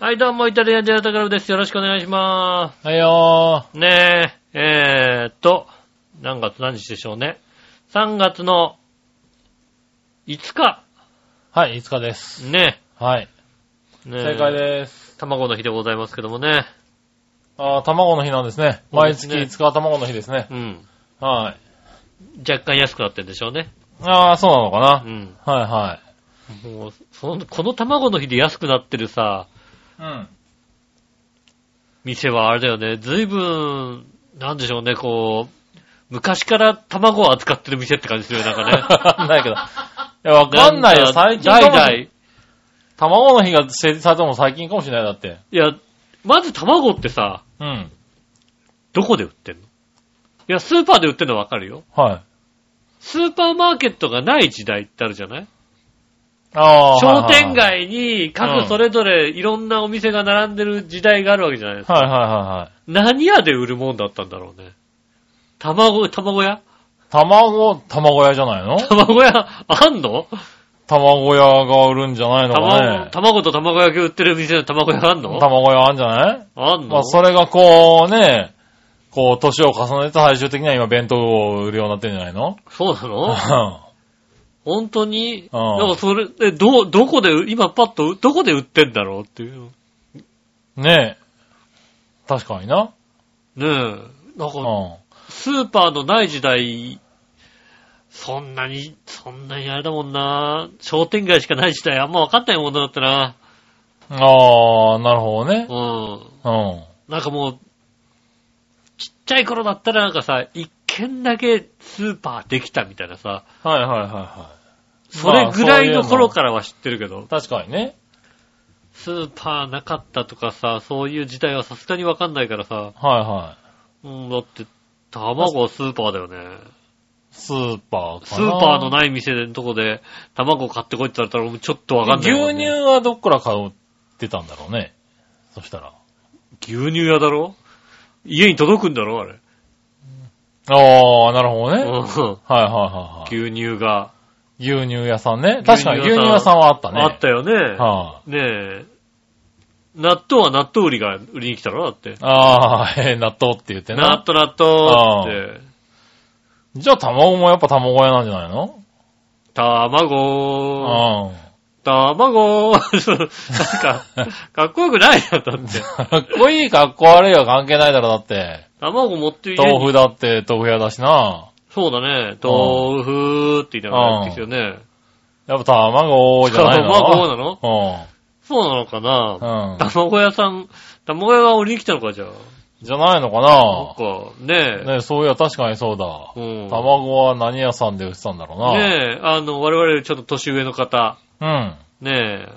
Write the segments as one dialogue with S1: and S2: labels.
S1: はい、どうも、イタリアンジェラタクラブです。よろしくお願いしま
S2: はいよ
S1: す。ねえ、えーっと、何月何日でしょうね。3月の5日、
S2: ー。はい、5日です。
S1: ね
S2: はい。
S1: え、ねえ
S2: 正解です。
S1: 卵の日でございますけどもね。
S2: ああ、卵の日なんですね。
S1: そうで
S2: 毎
S1: す
S2: 月
S1: ね
S2: 5日は卵の日ですね。
S1: うん。
S2: はい。
S1: 若干安くなってるんでしょうね。
S2: ああ、そうなのか
S1: う
S2: な。
S1: ん。
S2: は
S1: もう、その、この卵の日で安くなってるさ、
S2: いはい。
S1: 店はあれだよね、ずいぶん、なんでしょうね、こう、昔から卵を扱ってる店って感じするよ、なん
S2: うん。
S1: か
S2: わかんないけど。いや、 わ
S1: ね。
S2: かんないよ。最近かもしれない。
S1: 代々。
S2: 卵の日が成立されたのも最近かもしれない。だって。
S1: いや、まず卵ってさ、
S2: うん。
S1: どこで売ってんのいや、スーパーで売ってんのはわかるよ。
S2: はい。
S1: スーパーマーケットがない時代ってあるじゃない
S2: ああ。
S1: 商店
S2: はい
S1: 街に
S2: う
S1: 各
S2: ん
S1: それぞれいろんなお店が並んでる時代があるわけじゃないですか。
S2: はいはいはいはい。
S1: 何屋で売るもんだったんだろうね。卵、卵屋
S2: 卵、卵屋じゃない の
S1: 卵屋、あんの
S2: 卵屋が売るんじゃないのか
S1: 卵、
S2: ね。
S1: 卵と卵焼き売ってる店の卵屋あんの
S2: 卵屋あんじゃない
S1: あんの、
S2: まあ、それがこうね、こう、年を重ねて最終的には今弁当を売るようになってんじゃないの
S1: そうなの本当に、
S2: うん
S1: なんかそれ、え、ど、どこで、今パッと、どこで売ってんだろうっていう。
S2: うん ねえ。確かにな。
S1: ねえ。なん
S2: うん。
S1: か、スーパーのない時代、そんなに、そんなにあれだもんな。商店街しかない時代、あんま分かんないもんだったな。
S2: ああ、なるほどね
S1: う。ん。
S2: うん。
S1: なんかもう、ちっちゃい頃だったらなんかさ、一軒だけスーパーできたみたいなさ、
S2: はいはいはいは
S1: それぐらいの
S2: まあそういう
S1: 頃
S2: の
S1: からは知ってるけど
S2: い。、確かにね。
S1: スーパーなかったとかさ、そういう時代はさすがにわかんないからさ、
S2: はいはい。
S1: うん、だって、卵はスーパーだよね。
S2: スーパーかな。
S1: スーパーのない店のとこで卵買ってこいって言われたら俺もちょっとわかんないもん
S2: 牛乳
S1: ね、
S2: はどっから買ってたんだろうね。そしたら。
S1: 牛乳屋だろ家に届くんだろあれ。
S2: ああ、なるほどね。はい
S1: うん
S2: はいはいはい。
S1: 牛乳が。
S2: 牛乳屋さんね。
S1: 牛
S2: 確
S1: 乳屋さん
S2: かに牛乳屋さんはあったね。
S1: あったよね。
S2: は
S1: ねえ。納豆は納豆売りが売りに来たろだって
S2: い。。ああ、えー 納豆って言ってな
S1: 納。豆納豆って。
S2: じゃあ卵もやっぱ卵屋なんじゃないの
S1: 卵
S2: うん。
S1: 卵 なんか、かっこよくないよ、だって。
S2: かっこいいかっこ悪いは関係ないだろ、だって。
S1: 卵持って家に
S2: 豆腐だって豆腐屋だしな。
S1: そうだね。豆腐って言いながらやってきてよね。
S2: やっぱ卵じゃないの
S1: 卵なの
S2: の
S1: そうなのかな
S2: うん。うん。
S1: 卵屋さん、卵屋が売りに来たのか、じゃあ。
S2: じゃないのか
S1: なん
S2: な
S1: か、ね
S2: ねそういや確かにそうだ
S1: え。。うん。
S2: 卵は何屋さんで売ってたんだろうな。
S1: ねえ、あの、我々よりちょっと年上の方、
S2: うん。はい
S1: ねえ、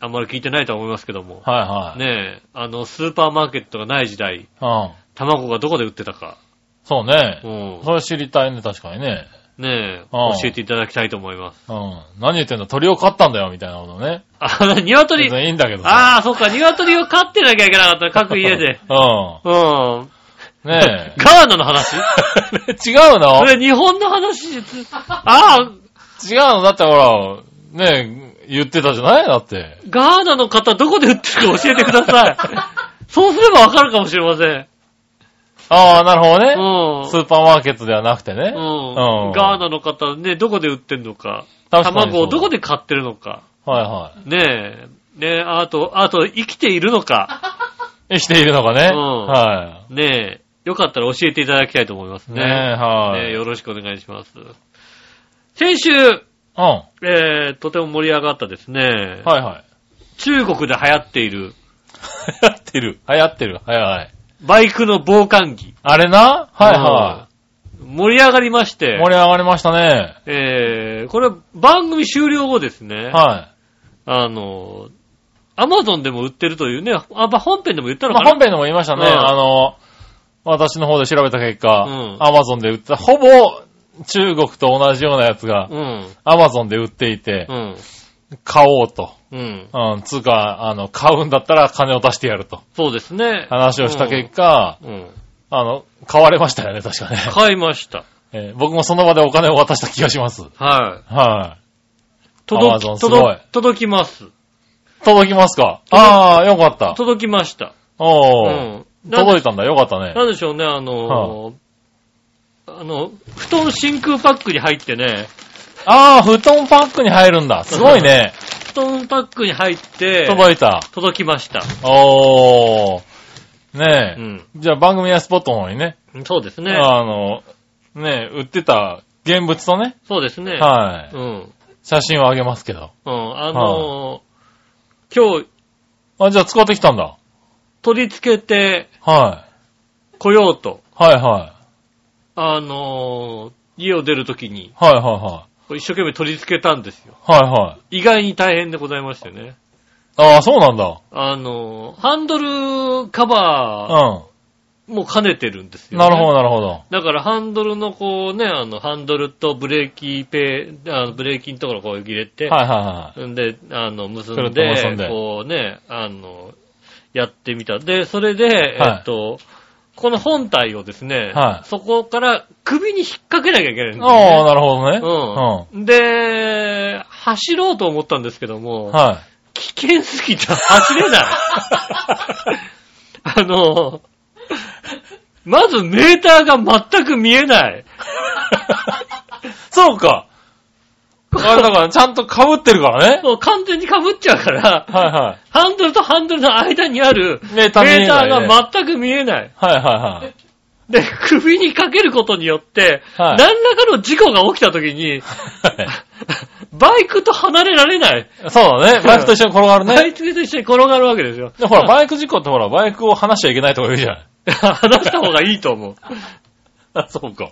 S1: あんまり聞いてないとは思いますけども。
S2: はい。
S1: ねえ、あの、スーパーマーケットがない時代、
S2: うん。
S1: 卵がどこで売ってたか、
S2: そうね
S1: う。ん
S2: そ。れ知りたいね、確かにね。
S1: ねえ、
S2: う
S1: 教
S2: ん
S1: えていただきたいと思います。
S2: うん。何言ってんだ、鳥を飼ったんだよ、みたいなことね。
S1: あ、
S2: 全
S1: 鶏、
S2: 然いいんだけどさ。あ
S1: ああ、そっか、鶏を飼ってなきゃいけなかった、各家で。
S2: う
S1: うん。
S2: ん。ね
S1: ガーナの話
S2: え。違うの
S1: それ日本の話ですああ、
S2: 違うのだってほら、ねえ、言ってたじゃないだって。
S1: ガーナの方どこで売ってるか教えてください。 そうすればわかるかもしれません。
S2: ああ、なるほどね。
S1: うん。
S2: スーパーマーケットではなくてね。
S1: うん。
S2: うん
S1: ガーナの方ね、どこで売ってんのか。
S2: 確かにそう
S1: 卵をどこで買ってるのか。
S2: はいは
S1: ねえ。ねえ、あと、あと、生きているの か。
S2: い。生きているのかね。
S1: うん
S2: は
S1: ねえ。よかったら教えていただきたいと思います
S2: い。
S1: ね。
S2: ねえ、は
S1: ねえ
S2: い。
S1: よろしくお願いします。先週、
S2: うん。は
S1: えー、とても盛り上がったですね
S2: い。はい。
S1: 中国で流行っている
S2: 流行ってる。流行ってる。はいはい。
S1: バイクの防寒着。
S2: あれなはいは
S1: うん盛り上がりまして
S2: い。、盛り上がりましたね。
S1: えー、これ番組終了後ですね。
S2: は
S1: あの、アマゾンでも売ってるというね、あ、まあ本編でも言った
S2: い。
S1: の
S2: ま
S1: か
S2: あ、
S1: な、
S2: 本編でも言いましたね。
S1: うん
S2: あの、私の方で調べた結果、
S1: うん
S2: アマゾンで売った、ほぼ中国と同じようなやつが、
S1: うん。
S2: アマゾンで売っていて、
S1: うん。
S2: 買おうと。
S1: うん。
S2: うん、つうか、あの、買うんだったら金を出してやると。
S1: そうですね。
S2: 話をした結果、
S1: うん。うん。
S2: あの、買われましたよね、確かね。
S1: 買いました。
S2: えー僕もその場でお金を渡した気がします。
S1: はい。
S2: は
S1: 届
S2: Amazon
S1: き、
S2: すごい
S1: 届き、届きます。
S2: い。届きますかああ、よかった。
S1: 届きました。う
S2: お
S1: ん。
S2: ー、
S1: なんで
S2: 届いたんだ、よかったね。
S1: なんでしょうね、あのー、あの、布団真空パックに入ってね、
S2: ああ、布団パックに入るんだ。すごいね。
S1: 布団パックに入って、
S2: 届いた。
S1: 届きました。
S2: おー。ね
S1: う
S2: え。
S1: ん。
S2: じゃあ番組やスポットの方にね、
S1: そうですね。
S2: あの、ねえ、売ってた現物とね、
S1: そうですね。
S2: はい。
S1: うん。
S2: 写真をあげますけど。
S1: うん。あのー、今日
S2: あ、じゃあ使ってきたんだ。
S1: 取り付けて
S2: は
S1: 来ようと、
S2: い。はいはい。
S1: あのー、家を出るときに、
S2: はいはいは
S1: 一生懸命取り付けたんですよ。
S2: い。はいはい。
S1: 意外に大変でございましたよね。
S2: ああ、そうなんだ。
S1: あのー、ハンドルカバ
S2: う
S1: ーも兼ねてるんです
S2: ん。
S1: よ、ね。
S2: なるほどなるほど。
S1: だからハンドルのこうね、あの、ハンドルとブレーキペー、あのブレーキのところをこう入れて、
S2: はいはい
S1: んで、あの、結ん
S2: くる
S1: で、
S2: っと結んで
S1: こうね、あの、やってみた。で、それで、
S2: はい
S1: えっと、この本体をですね、
S2: はい
S1: そこから首に引っ掛けなきゃいけないんです
S2: はい。ああ、
S1: よ、ね。
S2: なるほどね。
S1: うん。で、走ろうと思ったんですけども、
S2: うん。はい。
S1: 危険すぎて走れない。 あの、まずメーターが全く見え ない。
S2: そう か。あれだから、ちゃんと被ってるからね。
S1: もう完全に被っちゃうから、
S2: はいは
S1: ハンドルとハンドルの間にある
S2: い。メーター見
S1: メ
S2: え
S1: ー
S2: な
S1: タ
S2: い、
S1: ー
S2: ね。
S1: が全く見えない。
S2: はいはいはい。
S1: で、首にかけることによって、
S2: はい
S1: 何らかの事故が起きた時に、 バイクと離れられない。
S2: そうだね。バイクと一緒に転がる
S1: バイ
S2: ね。
S1: クと一緒に転がるわけですよ。
S2: で、ほら、バイク事故ってほら、バイクを離しちゃいけないとか言うじゃん。
S1: 離した方がいいと思
S2: あ、そうか。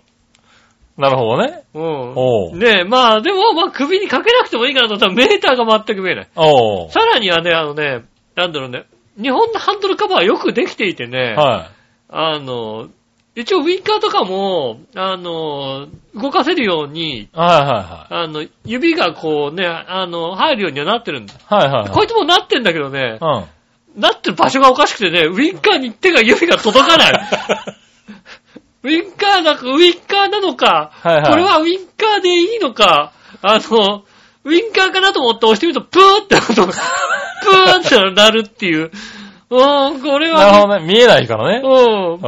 S2: なるほどね。
S1: う。う
S2: お
S1: ん。
S2: う。
S1: ねえ、まあ、でも、まあ、首にかけなくてもいいかなと思ったら、メーターが全く見えない。
S2: おう。
S1: さらにはね、あのね、なんだろうね、日本のハンドルカバーはよくできていてね、
S2: は
S1: あの、一応ウィンカーとかも、あの、動かせるように、
S2: い。は
S1: あの、指がこうね、あの、入るようにはなってるんだ。
S2: いはいはい。はいはい
S1: こいつもなってんだけどね、
S2: はい。
S1: なってる場所がおかしくてね、ウィンカーに手が指が届かない。 ウィンカーだか、ウィンカーなのか、
S2: はいはい
S1: これはウィンカーでいいのか、あの、ウィンカーかなと思って押してみると、プーって 音が、プーってなるっていう。うん、これ
S2: うん。なる
S1: は、
S2: ほどね。見えないからね。
S1: うん
S2: う、ん。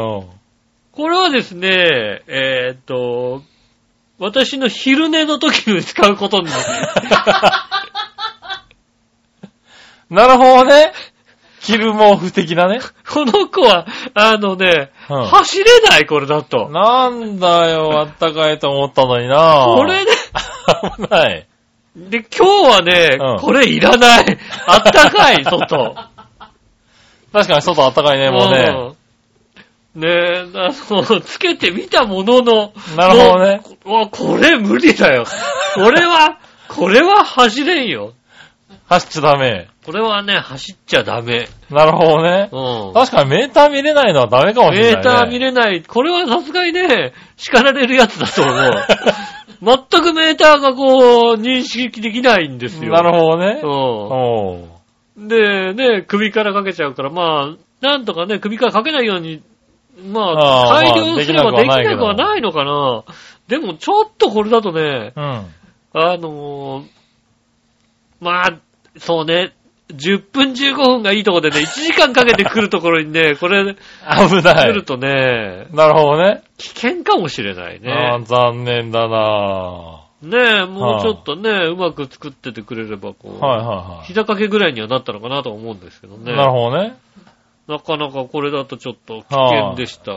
S1: これはですね、えーっと、私の昼寝の時に使うことにな る。
S2: なるほどね。着る毛布的なね。
S1: この子は、あのね、
S2: うん
S1: 走れない、これだと。
S2: なんだよ、あったかいと思ったのにな
S1: これね、
S2: 危ない。
S1: で、今日はね、
S2: うん
S1: これいらない。あったかい、外。
S2: 確かに外あったかいね、もうね。
S1: うんねえ、あの、 つけてみたものの、
S2: なるほどね。
S1: もう。わ、これ無理だよ。これは、 これは走れんよ。
S2: 走っちゃダメ。
S1: これはね、走っちゃダメ。
S2: なるほどね。
S1: うん。
S2: 確かにメーター見れないのはダメかもしれ
S1: メ
S2: な
S1: ー
S2: い、ね。
S1: ター見れない。これはさすがにね、叱られるやつだと思 う。全くメーターがこう、認識できないんですよ。
S2: なるほどね。
S1: ほうん。
S2: おう
S1: で、ね、首からかけちゃうから、まあ、なんとかね、首からかけないように、まあ、
S2: ああ
S1: 改良すれば
S2: まあ
S1: でき
S2: できなくはないけ
S1: な
S2: ど
S1: くはないのかな。でも、ちょっとこれだとね、
S2: うん。
S1: あのーまあ、そうね、10分15分がいいとこでね、1時間かけて来るところに ね、これ、
S2: 危な
S1: 来る
S2: い。
S1: とね、
S2: なるほどね。
S1: 危険かもしれない
S2: あ
S1: ね
S2: ー。残念だな
S1: ねえ、もうちょっとね、うまく作っててくれれば、こう、
S2: はいはいはい。
S1: 膝掛けぐらいにはなったのかなと思うんですけどね。
S2: なるほどね。
S1: なかなかこれだとちょっと危険でした。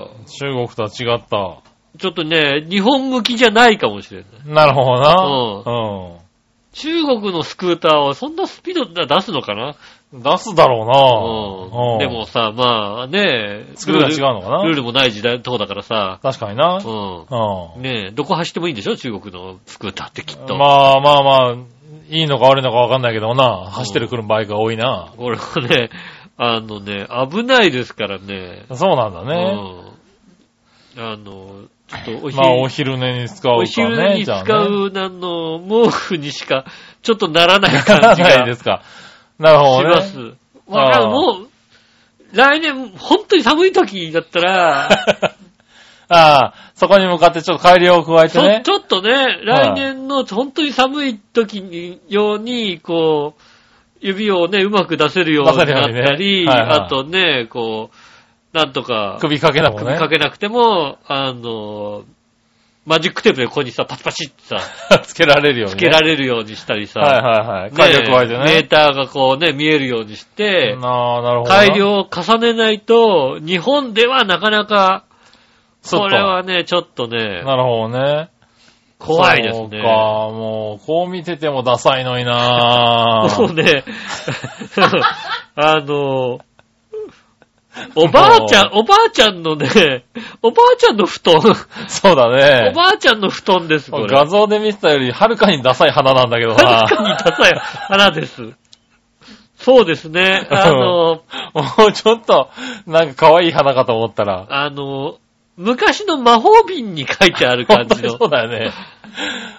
S2: 中国とは違った。
S1: ちょっとね、日本向きじゃないかもしれない。
S2: なるほど
S1: う
S2: な。
S1: 中国のスクーターはそんなスピード出すのかな
S2: うん。出すだろう
S1: う
S2: な
S1: ん。でも、さ、まあね、
S2: 作りが違うのか
S1: ルールルー
S2: な
S1: ルもない時代のとこだからさ、
S2: 確かにな。う。
S1: うんん。ねえ、どこ走ってもいいんでしょ中国のスクーターってきっと。
S2: まあまあまあ、いいのか悪いのかわかんないけどな。走ってる車バイクが多いな。
S1: これはね、あのね、危ないですからね。
S2: そうなんだね。
S1: うん。あの、ちょっとお昼、
S2: まあ、お昼寝に使うかね。
S1: お昼に使
S2: じゃあね
S1: う、あの、毛布にしか、ちょっとならない
S2: なら
S1: 感じが
S2: ないで
S1: し
S2: すか。なるほど ね。
S1: ます。わかる
S2: あー
S1: もう、来年、本当に寒い時だった ら、
S2: ああ、そこに向かってちょっと改良を加え
S1: ち
S2: て
S1: ょ
S2: ね
S1: ち。ょっとね、来年の本当に寒い時に、ように、こう、指をね、うまく出せるようになったり、
S2: 出せるようにねはいはい
S1: あとね、こう、なんとか、
S2: 首かけなくて
S1: 首
S2: ね。
S1: かけなくても、あの、マジックテープでここにさ、パチパチってさ、
S2: つけられるように
S1: つ
S2: ね。
S1: けられるようにしたりさ、
S2: はいはいはい。改良を加えて
S1: メー
S2: ね。
S1: ターがこうね、見えるようにして、
S2: なあ、なるほどな。
S1: 改良を重ねないと、日本ではなかなか、
S2: そっか
S1: これはね、ちょっとね、
S2: なるほどね。
S1: 怖いです
S2: そうか、
S1: ね。
S2: もう、こう見ててもダサいの にな
S1: もうね、 あの、おばあちゃん、おばあちゃんのね、おばあちゃんの布団、
S2: そうだ
S1: お
S2: ね。
S1: ばあちゃんの布団です、これ。
S2: 画像で見てたより、はるかにダサい花なんだけどな
S1: 確。かにダサい花です。そうですね、あ の、
S2: もうちょっと、なんか可愛い花かと思ったら。
S1: あの、昔の魔法瓶に書いてある
S2: 本
S1: 感
S2: 当
S1: じ
S2: に
S1: の
S2: そ。うだよね。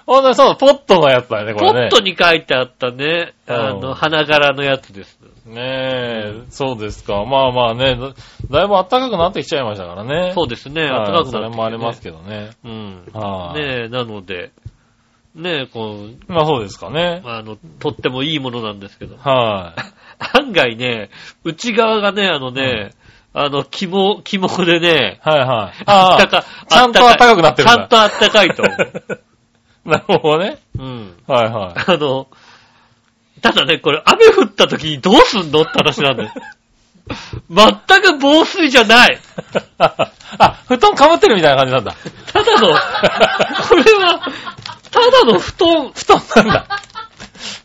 S2: 本当にそうだ、ポットのやつだよね、こ
S1: ポ
S2: れね
S1: ッ。トに書いてあったね、あ
S2: う
S1: の、
S2: ん
S1: 花柄のやつです。
S2: ねえ、そうですか。まあまあね、だだいぶ暖かくなってきちゃいましたからね。
S1: そう
S2: う
S1: ですね、暖かくなってきてね
S2: それもありますけどね。
S1: うん。
S2: はい、
S1: ねえ、なので、ねえ、こ
S2: まあそうですかね
S1: う、。あの、とってもいいものなんですけど。
S2: はい、
S1: 案外ね、内側がね、あのね、あの、肝、肝でね、
S2: は いはい。
S1: あった
S2: あ
S1: か、
S2: ちゃんと
S1: あ
S2: 暖かくなってるん
S1: ち
S2: だ
S1: ゃんとあったかいと思
S2: あ、なるほどね。
S1: う。うん。
S2: はいはい。
S1: あの、ただね、これ雨降った時にどうすんのって話なんだ よ。全く防水じゃない。
S2: あ、布団かぶってるみたいな感じなんだ。
S1: ただの、 これは、ただの布団、
S2: 布団なんだ。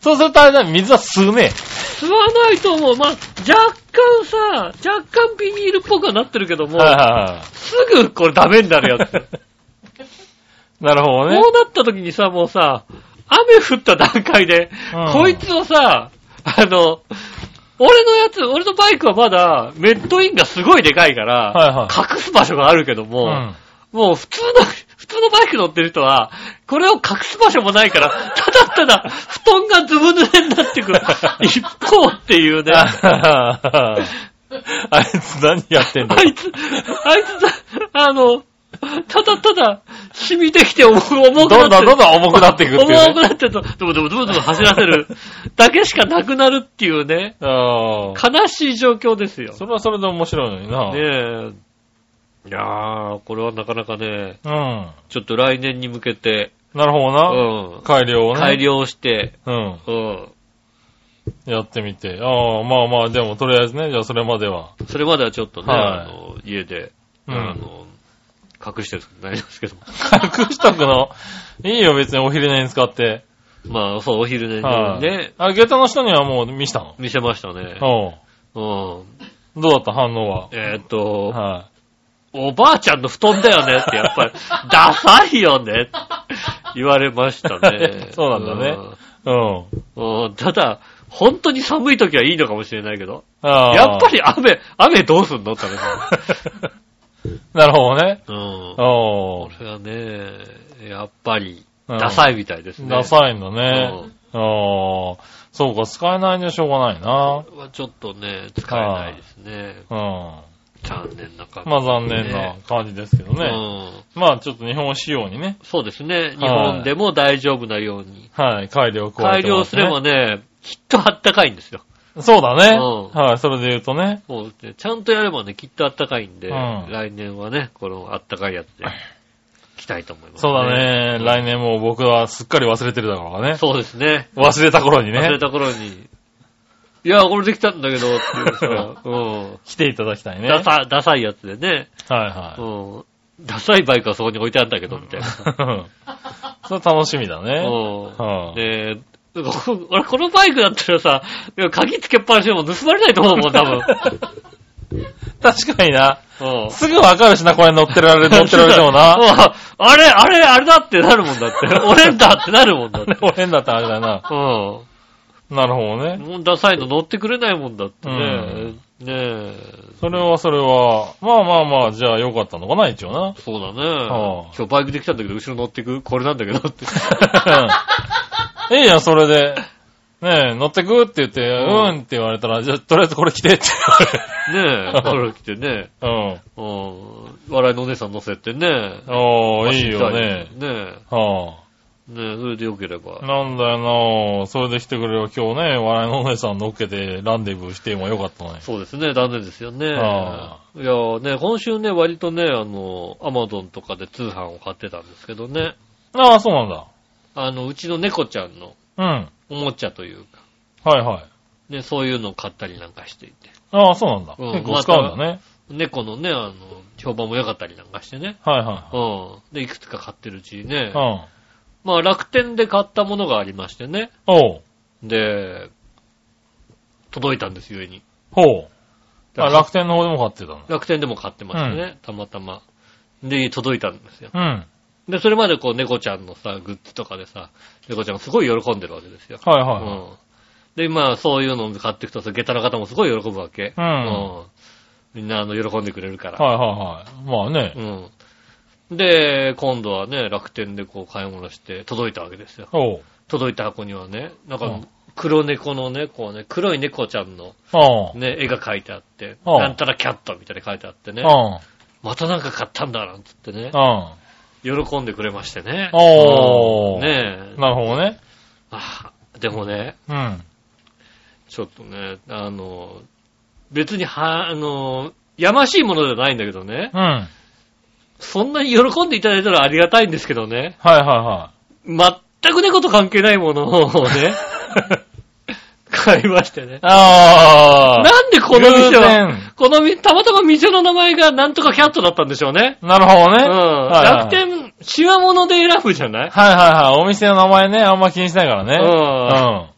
S2: そうするとあれだ、水は吸うね。
S1: 吸わないと思う。まあ、若干さ、若干ビニールっぽくはなってるけども、
S2: はいはいは
S1: すぐこれダメになるやつ。こ
S2: い。なるほ
S1: う
S2: どね。
S1: なった時にさ、もうさ、雨降った段階で、
S2: うん
S1: こいつをさ、あの、俺のやつ、俺のバイクはまだ、メットインがすごいでかいから、
S2: はいは
S1: 隠す場所があるけども、
S2: うん。
S1: もう普通の、 普通のバイク乗ってる人は、これを隠す場所もないから、ただただ布団がずぶ濡れになってくる一方っていうね。
S2: あいつ何やってんだ
S1: あいつ、あいつさ、あの、ただただ染みてきて重く重くなって
S2: どんどんどんどん重くなっていくっていうね
S1: 重くなってると、でもでもでもでも走らせるだけしかなくなるっていうね、
S2: ああ。
S1: 悲しい状況ですよ。
S2: それはそれで面白いのにな。
S1: ねえ。いやー、これはなかなかね、
S2: うん。
S1: ちょっと来年に向けて、
S2: なるほど
S1: うん、
S2: な。改良をね。
S1: 改良をして、
S2: うん。
S1: うん。
S2: やってみて。ああ、まあまあ、でもとりあえずね、じゃあそれまでは。
S1: それまではちょっとね、
S2: はい
S1: あの家で、
S2: うん
S1: あの、隠してることないですけど、
S2: 隠しとくの。いいよ、別にお昼寝に使って。
S1: まあ、そう、お昼寝
S2: は
S1: に
S2: い。
S1: ね、
S2: あ、下駄の人にはもう見したの。
S1: 見せましたね。
S2: う
S1: うん。
S2: ん。どうだった反応は。
S1: えーっと、
S2: は
S1: おばあちゃんの布団だよねって、やっぱり、 ダサいよねって言われましたね
S2: 。そうなんだねい。う
S1: う
S2: ん。
S1: ん。うんただ、本当に寒い時はいいのかもしれないけど、
S2: ああ。
S1: やっぱ。り雨、雨どうすんのって話。
S2: なるほどね。
S1: うん。
S2: お
S1: これはね、やっぱり、
S2: うん
S1: ダサいみたいですね。
S2: ダサいんだね。ああ。そうか、使えないにはしょうがないな。
S1: はちょっとね、使えないですね。
S2: うん。
S1: 残念な感じ、
S2: まあ残念な感じですけどね。
S1: ね、
S2: まあちょっと日本仕様にね。
S1: うん。そうですね。日本でも大丈夫なように。
S2: はい、改良を加
S1: 改
S2: えて
S1: 良
S2: ますす
S1: れ
S2: ね、
S1: ばね、きっとあったかいんですよ。
S2: そうだね。
S1: うん
S2: はい、それで言うとね。
S1: そうですね。ちゃんとやればね、きっとあったかいんで、
S2: うん
S1: 来年はね、このあったかいやつで、来たいと思います、
S2: そうだね。来年もう僕はすっかり忘れてるだろうね。
S1: そうですね。
S2: 忘れた頃に
S1: 忘れ
S2: ね。
S1: た頃に、いや、これできたんだけど、っていうさ、 うん。
S2: 来ていただきたいね。
S1: ダ
S2: はい
S1: サ、ダサいやつでね、
S2: は
S1: うん。ダサいバイクはそこに置いてあったけど、みたいな。
S2: い。それ楽しみだね。
S1: う
S2: は
S1: ん。
S2: あ
S1: で、 俺このバイクだったらさ、鍵つけっぱなしでも盗まれないと思うもん、多分。
S2: 確かにな。
S1: うん。
S2: すぐわかるしな、これ乗ってられ、乗ってられてもな。
S1: うんあれ、あれ、あれだってなるもんだって。俺だってなるもんだって。
S2: 変だったらあれだな。
S1: うん。
S2: なるほどね。
S1: もうダサいの乗ってくれないもんだってね。ねえ。
S2: それはそれは、まあまあまあ、じゃあよかったのかな、一 応な。
S1: そうだね。
S2: はあ
S1: 今日バイクできたんだけど、後ろ乗ってくこれなんだけどって。
S2: うんいいじゃん、それで。ねえ、乗ってくって言って、うんって言われたら、じゃあ、とりあえずこれ着て って
S1: ねえ、これ来てね。
S2: 言われる。
S1: うん。笑いのお姉さん乗せてね。
S2: うん。おー、いいよね。
S1: ねえ。
S2: は
S1: ねえ、それでよけれ
S2: あ、
S1: ば。
S2: なんだよなそれで来てくれれば今日ね、笑いのお姉さん乗っけてランデブーしてもよかったね。
S1: そうですね、残念ですよね。い
S2: は
S1: やーね、今週ね、割とね、あの、アマゾンとかで通販を買ってたんですけどね。
S2: ああ、そうなんだ。
S1: あの、うちの猫ちゃんの
S2: うん。
S1: おもちゃというか、
S2: はいはい。
S1: ね、そういうのを買ったりなんかしていて。
S2: ああ、そうなんだ。
S1: うん
S2: 結構使うんだね。
S1: 猫のね、あの、評判も良かったりなんかしてね。
S2: はいは
S1: うん。で、いくつか買ってるうちにね
S2: い。う。ん。
S1: まあ、楽天で買ったものがありましてね。
S2: おう。
S1: で、届いたんです、家に。
S2: ほう。あ、楽天の方でも買ってたんだ。
S1: 楽天でも買ってましたね、たまたま。で、届いたんですよ。
S2: うん。
S1: で、それまでこう、猫ちゃんのさ、グッズとかでさ、猫ちゃんがすごい喜んでるわけですよ。
S2: はい
S1: うん
S2: は
S1: で、まあ、そういうのを買っていくとさ、下駄の方もすごい喜ぶわけ。
S2: うん
S1: みんな、あの、喜んでくれるか
S2: い
S1: ら。
S2: はい。はいはいはい。まあね。
S1: うん。で、今度はね、楽天でこう、買い物して、届いたわけですよ。
S2: おう。
S1: 届いた箱にはね、なん
S2: う
S1: か
S2: ん、
S1: 黒猫のね、こうね、黒い猫ちゃんの
S2: あ
S1: ね、絵が描いてあって、
S2: うん
S1: なんたらキャットみたいに書いてあってね、
S2: あ。
S1: またなんか買ったんだなんつってね
S2: う、ん。うん。
S1: 喜んでくれましてね。
S2: おー
S1: うんねえ。
S2: なるほどね。
S1: あでもね、
S2: うん。
S1: ちょっとね、あの、別には、あの、やましいものじゃないんだけどね、
S2: うん。はい
S1: そんなに喜んでいただいたらありがたいんですけどね、
S2: はいは
S1: 全く猫と関係ないものを ね、買いましてね
S2: い。。ああ。
S1: なんでこの店
S2: 偶
S1: は
S2: 然、
S1: このみ、たまたま店の名前がなんとかキャットだったんでしょうね。
S2: なるほど
S1: う
S2: ね。
S1: ん。
S2: はいは
S1: 楽
S2: い
S1: 天、品物で選ぶじゃない
S2: はいはいはい。お店の名前ね、あんま気にしないからね。
S1: うん
S2: うん。は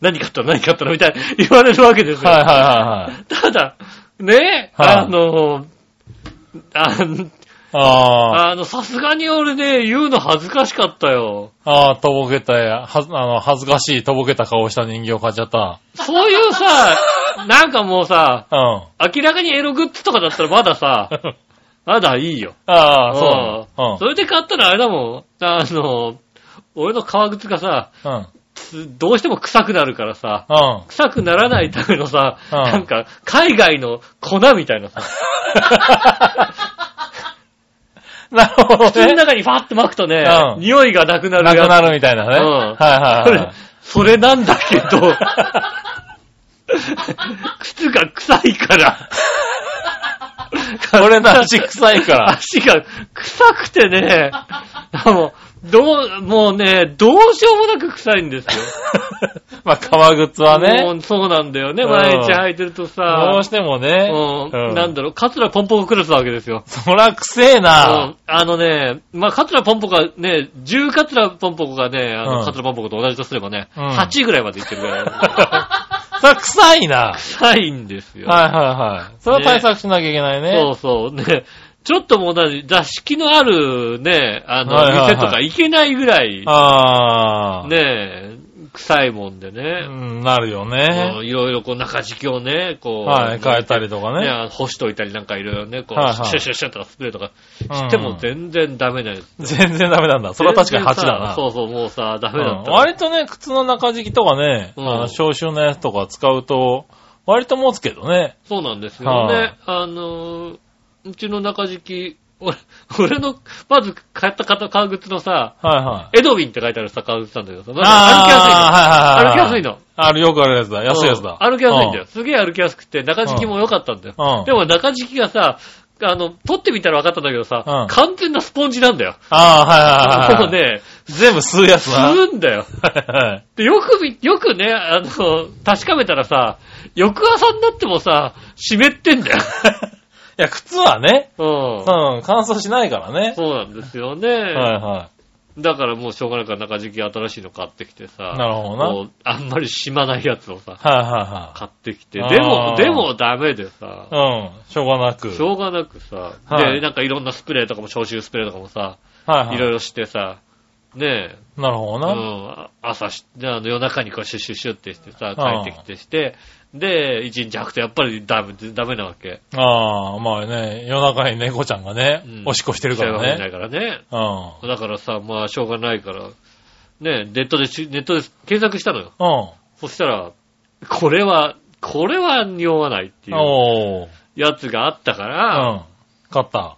S1: 何買ったの何買ったのみたいな言われるわけで
S2: い
S1: すよ。
S2: はいはいはい。
S1: ただ、ね、
S2: はい
S1: あの、あ
S2: ああ。
S1: あの、さすがに俺ね、言うの恥ずかしかったよ。
S2: ああ、とぼけたや、はず、あの、恥ずかしいとぼけた顔した人形買っちゃった。
S1: そういう さ、なんかもうさ、
S2: うん。
S1: 明らかにエログッズとかだったらまださ、まだいいよ。
S2: ああ、そう
S1: うんそれで買ったらあれだもん。あの、俺の革靴がさ、
S2: なの。
S1: つどうしても臭くなるからさ、
S2: うん。うん。
S1: 臭くならないためのさ、
S2: うん
S1: なんか、海外の粉みたいな さ、
S2: なるほど
S1: 口の
S2: ね。
S1: 中にファッて巻くとね、
S2: うん
S1: 匂いがなくなる
S2: な
S1: や
S2: く
S1: つ
S2: なるみたいなね。
S1: うん
S2: はいはいはい。
S1: それ、それなんだけど、靴が臭いから、
S2: これな、足臭いから。
S1: 足が臭くてね、もう、どう、もうね、どうしようもなく臭いんですよ。
S2: まあ、革 靴は
S1: も
S2: ね、
S1: うそうなんだよね、
S2: うん
S1: 毎日履いてるとさ、
S2: どうしてもね、
S1: う、
S2: うんん
S1: なんだろう、カツラポンポコクラスなわけですよ。
S2: そら臭え
S1: う
S2: な。
S1: んあのね、まあ、カツラポンポコがね、10カツラポンポコがね、あの、
S2: うん
S1: カツラポンポコと同じとすればね、
S2: うん
S1: 8位ぐらいまでいってるぐらい。
S2: そら臭いな。
S1: 臭いんですよ。
S2: はいはいはい。それは対策しなきゃいけないね。
S1: そうそう。ね、ちょっともうな、座敷のあるね、あの、
S2: はいはいはい
S1: 店とか行けないぐらい、
S2: ああ。
S1: ね、臭いもんで
S2: う
S1: ね、
S2: ん、なるよ
S1: う
S2: ね。
S1: んいろいろこう中敷きをね、こう、
S2: はい、変えたりとか
S1: ね、
S2: ね。
S1: あの干しといたりなんかいろいろね、こう、
S2: はいはい
S1: シュッシュッシュッとかスプレーとか
S2: う
S1: し
S2: ん
S1: ても全然ダメなんです。
S2: 全然ダメなんだ。それは確かに8だな。
S1: そうそう、もうさ、ダメだっ
S2: うん
S1: た。
S2: 割とね、靴の中敷きとかね、
S1: うん
S2: あの消臭のやつとか使うと、割と持つけどね。
S1: そうなんですよね。
S2: は
S1: あのー、うちの中敷き、俺、俺の、まず買った方、革靴のさ、
S2: はいはい。
S1: エドウィンって書いてあるさ、革靴なんだけどさ、なんか
S2: あー
S1: 歩きやすいの。歩きやすいの。
S2: あるよくあるやつだ。安いやつだ。
S1: うん歩きやすいんだよ。すげえ歩きやすくて、中敷きも良かったんだよ。
S2: うん
S1: でも中敷きがさ、あの、取ってみたら分かったんだけどさ、
S2: うん
S1: 完全なスポンジなんだよ。
S2: ああ、はいはいはいはい。
S1: もうね、
S2: 全部吸うやつな。
S1: 吸うんだよ。
S2: はいはい
S1: で、よくみ、よくね、あの、確かめたらさ、翌朝になってもさ、湿ってん だよ。
S2: いや、靴はね、
S1: う。
S2: うんん、乾燥しないからね。
S1: そうなんですよね。
S2: はいは
S1: だからもうしょうがないから中敷き新しいの買ってきてさ。
S2: なるほどな
S1: こうあんまりしまないやつをさ、
S2: い。はいは
S1: 買ってきて。
S2: あー
S1: でも、でもダメでさ
S2: い。はい。うん、しょうがなく。
S1: しょうがなくさ、
S2: はい
S1: で、なんかいろんなスプレーとかも、消臭スプレーとかもさ、
S2: はいはいい。
S1: ろいろしてさ、ねえ、
S2: なるほ
S1: う
S2: どな。
S1: ん、朝し、であの夜中にこうシュッシュッシュッってしてさ、
S2: あー
S1: 帰ってきてして、で、一日履くとやっぱりダメ、ダメなわけ。
S2: ああ、まあね、夜中に猫ちゃんがね、
S1: うん
S2: おしっこしてるか
S1: 世話になら
S2: ら
S1: な
S2: ね。
S1: いからね。
S2: うん。
S1: だからさ、まあ、しょうがないから、ね、ネットでし、ネットで検索したのよ。
S2: う
S1: そしたら、これは、これは匂わないってい
S2: ん。
S1: う
S2: おー。
S1: やつがあったか
S2: う
S1: ら、
S2: ん。勝った。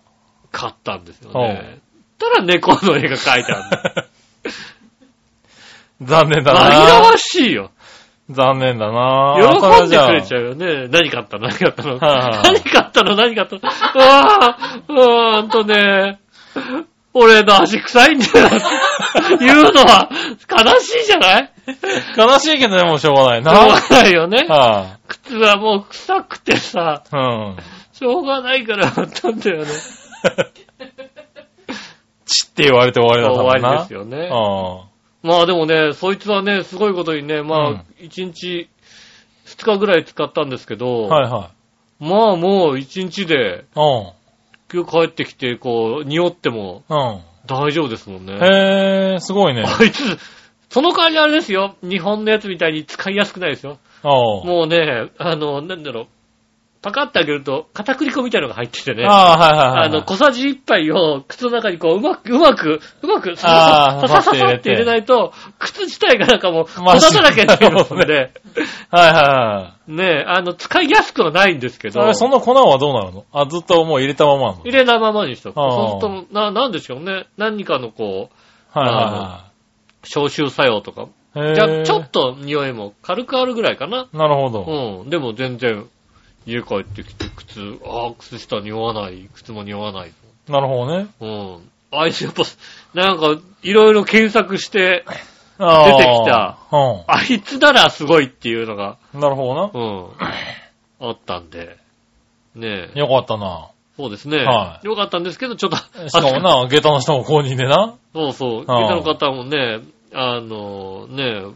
S1: 買ったんですよね。たら猫の絵が描いてあるんだ。
S2: 残 念だ
S1: 紛ら
S2: な。
S1: わしいよ。
S2: 残念だな。
S1: 喜んでくれち
S2: ゃ
S1: ゃうよね。何買ったの何買ったの
S2: はい
S1: 何買ったの何買ったのうわぁ、うーんとね、俺の足臭いんだ よ。言うのは悲しいじゃない
S2: 悲しいけどでもしょうがない
S1: しょ
S2: な。
S1: うがないよね。
S2: は
S1: 靴はもう臭くてさ、
S2: い。うん。
S1: しょうがないから買ったんだよね。
S2: チって言われて終わりだったもんな。
S1: 終わりですよね。
S2: よ。
S1: まあでもね、そいつはね、すごいことにね、
S2: う
S1: まあ
S2: ん、
S1: 1日、2日ぐらい使ったんですけど、
S2: うん。はいは
S1: まあもう1日で、
S2: い。
S1: 今日帰ってきて、こう、匂っても、
S2: うん。うん。
S1: 大丈夫ですもんね。
S2: へえ、すご いね。
S1: あいつ、その代わりあれですよ。日本のやつみたいに使いやすくないですよ。
S2: おう
S1: もうね、あの、なんだろう。パカッて開けると、片栗粉みたいなのが入っててね。あ
S2: ああ、はいはいはい。
S1: の、小さじ一杯を靴の中にこう、うまく、うまく、うまく、
S2: あー
S1: ささささ
S2: ま
S1: さ
S2: あ
S1: って入れないと、靴自体がなんかもう、粉
S2: まあ
S1: だらけになりますん
S2: な
S1: で、
S2: はいはいはい。
S1: ねあの、使いやすくはないんですけ
S2: そ
S1: ど、
S2: れその粉はどうなるのあ、ずっともう入れたままなの
S1: 入れないままにしとく。そ
S2: あー
S1: うすると、な、なんでしょうね。何かのこう、
S2: は
S1: 消臭作用とか
S2: いはいはい。
S1: じゃあ、ちょっ
S2: と。
S1: と匂いも軽くあるぐらいかな。
S2: なるほど。
S1: うん。でも全然、家帰ってきて、靴、ああ、靴下匂わない、靴も匂わない。
S2: なるほどね。
S1: うん。あいつやっぱ、なんか、いろいろ検索して、
S2: あー
S1: 出てきた。
S2: う
S1: あいつならすごいっていうのが、
S2: ん。なるほどな
S1: う。ん。あったんで。ねえ。
S2: よかったな。
S1: そうですね。
S2: はい
S1: よかったんですけど、ちょっと、
S2: しかもな、下駄の人も公認でな。
S1: そうそう。
S2: ああ
S1: 下駄の方もね、あの、ねえ、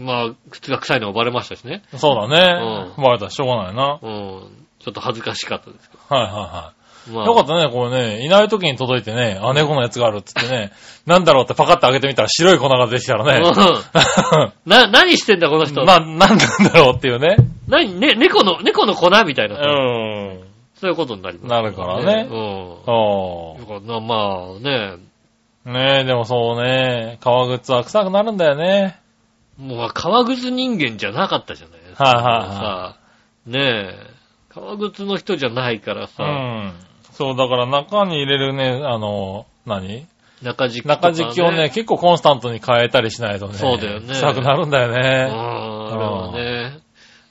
S1: まあ、靴が臭いのもバレましたしね。
S2: そうだね。
S1: う
S2: バレたらしょうがないな。は
S1: うん。ちょっと恥ずかしかったですけ
S2: いはいはい。
S1: ど。まあ、
S2: よかったね、これね、いない時に届いてね、あ、猫のやつがあるっつってね、なんだろうってパカッと開けてみたら白い粉が出てきたら ね、
S1: な、何してんだこの人。
S2: な、なんなんだろうっていうね。
S1: 何ね、猫の、猫の粉みたいな。
S2: うん。
S1: そういうことになります、
S2: なるからね
S1: う
S2: あ
S1: ん。だからなまあね、
S2: あ。ねえ、でもそうね、革靴は臭くなるんだよね。
S1: もう革靴人間じゃなかったじゃないですか。
S2: はいは
S1: さ、ねえ、革靴の人じゃないから
S2: う
S1: さ、
S2: ん。そう、だから中に入れるね、あの、何
S1: 中敷きとか、
S2: 中敷きをね、、結構コンスタントに変えたりしないとね、
S1: そうだよね
S2: 臭くなるんだよ
S1: うん、
S2: ね。
S1: あれはね、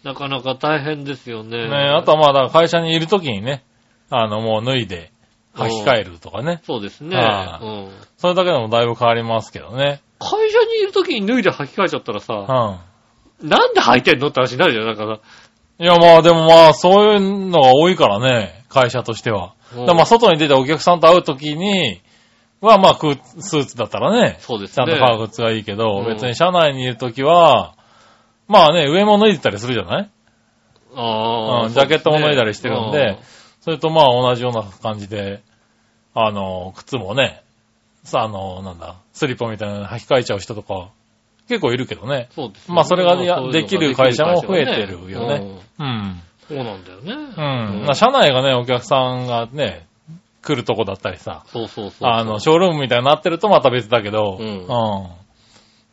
S1: なかなか大変ですよね。
S2: ねえ、あとはまあ、だから会社にいる時にね、あの、もう脱いで履き替えるとかね。
S1: そうですね。
S2: は
S1: う
S2: い
S1: ん
S2: それだけでもだいぶ変わりますけどね。
S1: 会社にいる時に脱いで履き替えちゃったら
S2: う
S1: さ、
S2: ん。
S1: なんで履いてんのって話になるじゃん。なんか
S2: いや、まあでもまあ、そういうのが多いからね、会社としては。
S1: さ、
S2: だからまあ、外に出てお客さんと会うときに、はまあ、くスーツだったらね、
S1: そうですね。
S2: ちゃんと革靴がいいけど、
S1: うん
S2: 別に社内にいるときは、まあね、上も脱いでたりするじゃない
S1: ああ、
S2: うんジャケットも脱いだりしてる
S1: そう
S2: んで
S1: すね
S2: それとまあ、同じような感じで、あの、靴もね、さあ、の、なんだ、スリッパみたいなの履き替えちゃう人とか、結構いるけどね。
S1: そうですね
S2: まあそれがや
S1: そういうの
S2: できる会社も増えてるよね
S1: うん
S2: うん。
S1: そうなんだよね。
S2: うん。な社内がね、お客さんがね、来るとこだったりさ、
S1: そうそうそう。
S2: あの、ショールームみたいになってるとまた別だけど、
S1: うん
S2: うん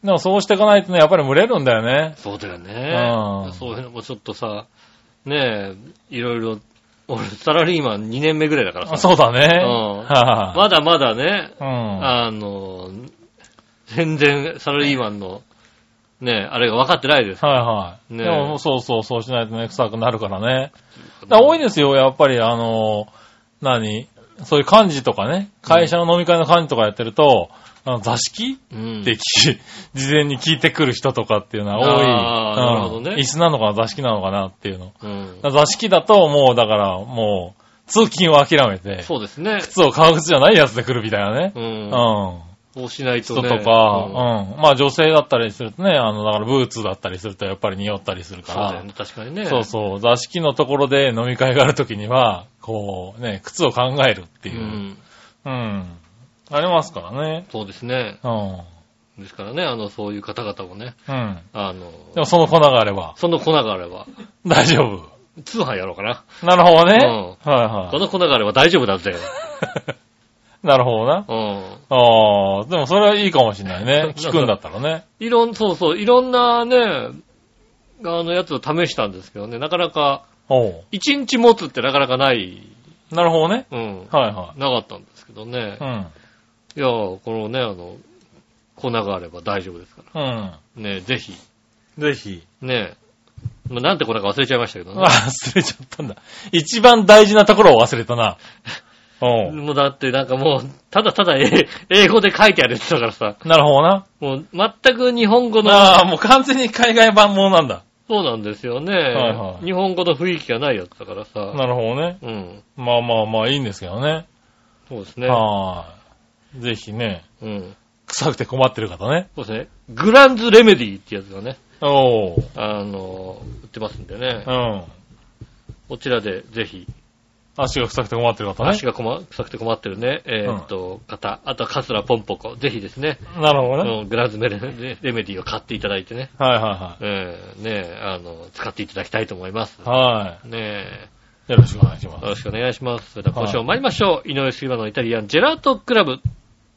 S2: でもそうしていかないとね、やっぱり群れるんだよね。
S1: そうだよね。
S2: うん
S1: そういうのもちょっとさ、ねえ、いろいろ、俺、サラリーマン2年目ぐらいだから
S2: あ
S1: さ、
S2: そうだね。
S1: うん
S2: は
S1: まだまだね、
S2: いはい
S1: あの、全然サラリーマンの、ねえ、あれが分かってないです
S2: うん。はいはい。
S1: ねえ
S2: でも、そうそう、そうしないとね、臭くなるからね。だから多いですよ、やっぱり、あの、何そういう幹事とかね、会社の飲み会の幹事とかやってると、あの座敷
S1: うん
S2: って聞き 事前に聞いてくる人とかっていうのは多い。
S1: あーなるほどね
S2: うん椅子なのかな座敷なのかなっていうの。
S1: うん
S2: 座敷だともうだからもう通勤を諦めて、
S1: そうですね。
S2: 靴を革靴じゃないやつで来るみたいなね。
S1: う
S2: うん。
S1: ん。そうしないと
S2: 人
S1: ね。
S2: とか、うん。まあ女性だったりするとね、あの、だからブーツだったりするとやっぱり匂ったりする
S1: そ
S2: か
S1: うだよ
S2: ら。
S1: ね、確かにね。
S2: そうそう。座敷のところで飲み会があるときには、こうね、靴を考えるって
S1: う
S2: いう。
S1: ん。
S2: うん。ありますからね。
S1: そうですね。
S2: うん。
S1: ですからね、あの、そういう方々もね、
S2: うん。
S1: あの、
S2: でもその粉があれば、
S1: その粉があれば、
S2: 大丈夫。
S1: 通販やろうかな。
S2: なるほどね。
S1: う
S2: はい
S1: こ
S2: は
S1: の粉があれば大丈夫だぜ。
S2: い。なるほどな。
S1: うん。
S2: ああ、でもそれはいいかもしれない ね。聞くんだったらね。
S1: いろん、そうそう、いろんなね、あのやつを試したんですけどね、なかなか、
S2: おう
S1: 一日持つってなかなかない、
S2: なるほどね。
S1: うん、
S2: はいは
S1: なかったんですけどね
S2: い。う。ん。
S1: いや、このね、あの、粉があれば大丈夫ですか
S2: うん。
S1: ら。ね、ぜひ、
S2: ぜ ひ。
S1: ね、まあなんて粉か忘れちゃいましたけどね。
S2: 忘れちゃったんだ。一番大事なところを忘れたな。おう
S1: もうだってなんかもう、ただただえ英語で書いてあるやつだからさ、
S2: なるほどな。
S1: もう全く日本語の、
S2: ああ、もう完全に海外版ものなんだ。
S1: そうなんですよね、
S2: いはい
S1: 日本語の雰囲気がないやつだからさ、
S2: なるほどね。
S1: うん、
S2: まあまあまあいいんですけどね。
S1: そうですね、
S2: はーい。ぜひね、
S1: うん、
S2: 臭くて困ってる方ね。
S1: そうですね、グランズレメディってやつがね、
S2: おう
S1: あの、売ってますんでね
S2: う、ん。
S1: こちらでぜひ、
S2: 足が臭くて困ってる方ね
S1: 足。が困臭くて困ってるね、えーっと、方、あとはカスラポンポコ、ぜひですね、
S2: なるほどね。
S1: うんグランズメレレメディを買っていただいてね、
S2: はいは
S1: えーねえ、あの、使っていただきたいと思います
S2: い。はい。は
S1: ねえ。
S2: い。よろしくお願いします
S1: よ。ろしくお願いします。それでは今週も参りましょう。井上杉村のイタリアンジェラートクラブ。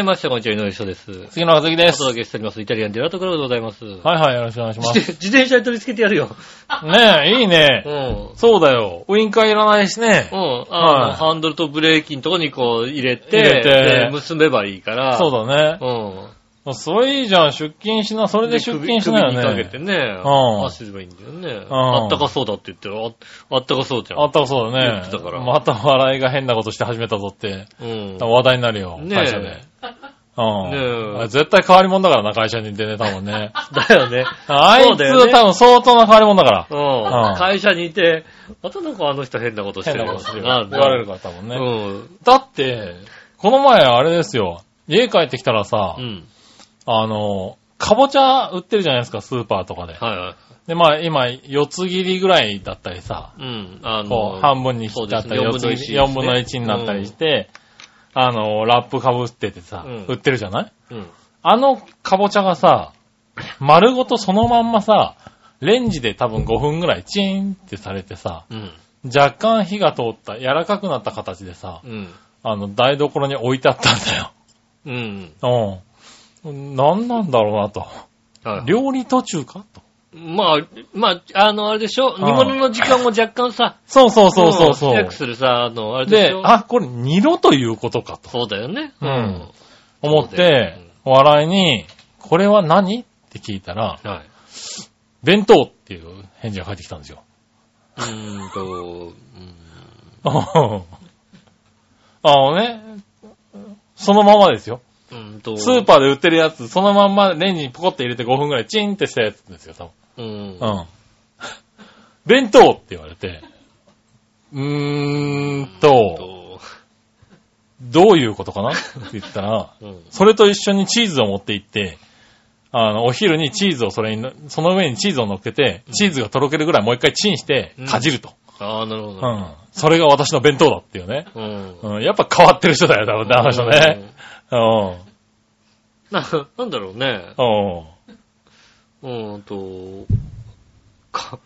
S1: いました。こんにちは、井上翔です。
S2: 次の続きで
S1: お
S2: す。
S1: 届けしております。イタリアンジェラートクラブでございます。
S2: はいはい、よろしくお願いします。
S1: 自転自転車に取り付けてやるよ。
S2: ねえ、いいうね。
S1: ん。
S2: そうだよ。ウインカーいらないしね
S1: う。ん。あの、
S2: はい
S1: ハンドルとブレーキのとこにこう入れて、
S2: 入れて
S1: で結べばいいから。
S2: そうだね。
S1: うん。
S2: もうそれいいじゃん。出勤しな、それで出勤しな
S1: で首に
S2: よ
S1: かけて
S2: ね。
S1: ね、
S2: うん
S1: 足すればいいんだよね。
S2: ん
S1: あったかそうだって言ったら、ああったかそうじゃん。
S2: あったそうだ
S1: 言っ
S2: ね
S1: てたから。
S2: また笑いが変なことして始めたぞって、
S1: うん。
S2: 話題になるよ。
S1: ねえ
S2: 会社で。う
S1: ね
S2: ん。
S1: え
S2: あれ絶対変わり者だからな、会社にでね、多 分ね。
S1: だよね。
S2: あ
S1: そ
S2: いうつ
S1: だよね
S2: 多分相当な変わり者だから。
S1: う。
S2: うんん
S1: 会社にいて、またなんかあの人変なことして
S2: 変
S1: る
S2: なことしてる。言
S1: な
S2: わ
S1: る
S2: れるから、多分
S1: う
S2: ね。
S1: ん。
S2: だって、この前あれですよ。家帰ってきたらさ
S1: う、ん。
S2: あの、かぼちゃ売ってるじゃないですか、スーパーとかで。
S1: はいはい。
S2: で、まあ今、四つ切りぐらいだったりさ、
S1: うん。あ
S2: こ
S1: の、
S2: う、半分に切っちゃったり、
S1: そうで
S2: 四つ
S1: すね
S2: 切り、4分の1になったりして、あの、ラップかぶっててさ
S1: うん、
S2: 売ってるじゃない
S1: うん。
S2: あのかぼちゃがさ、丸ごとそのまんまさ、レンジで多分5分ぐらいチーンってされてさ、
S1: うん。
S2: 若干火が通った、柔らかくなった形でさ、
S1: うん。
S2: あの、台所に置いてあったんだよ。
S1: うん。
S2: うん。なんなんだろうなと。
S1: はい
S2: 料理途中かと。
S1: まあ、まあ、あの、あれでしょ
S2: ん
S1: 煮物の時間も若干さ、
S2: そうそうそうそう
S1: うん
S2: そ
S1: 早
S2: う
S1: く。するさ、あの、あれでし
S2: で
S1: ょ、
S2: あ、これ煮ろということかと
S1: そうだよね。
S2: うん思っ
S1: そうだよ
S2: て、笑いに、これは何って聞いたら、
S1: はい。
S2: 弁当っていう返事が返ってきたんですよ。
S1: うーんと、
S2: あのね、そのままですよ。
S1: うーんと、
S2: スーパーで売ってるやつ、そのまんまレンジにポコって入れて5分ぐらいチンってしたやつですよ、多
S1: うん。
S2: 分。うん。 弁当って言われて、うーんと、
S1: と、
S2: どういうことかなって言ったら、
S1: うん。
S2: それと一緒にチーズを持って行って、あの、お昼にチーズをそれにの、その上にチーズを乗っけて、チーズがとろけるぐらいもう一回チンして
S1: うん、
S2: かじると。
S1: ああ、なるほど
S2: う
S1: な。
S2: ん。それが私の弁当だっていうね。
S1: うん。
S2: うん。やっぱ変わってる人だよ、多分ね、あの人ね。う
S1: な、なんだろうね。
S2: ん。うん。
S1: うーんと、か、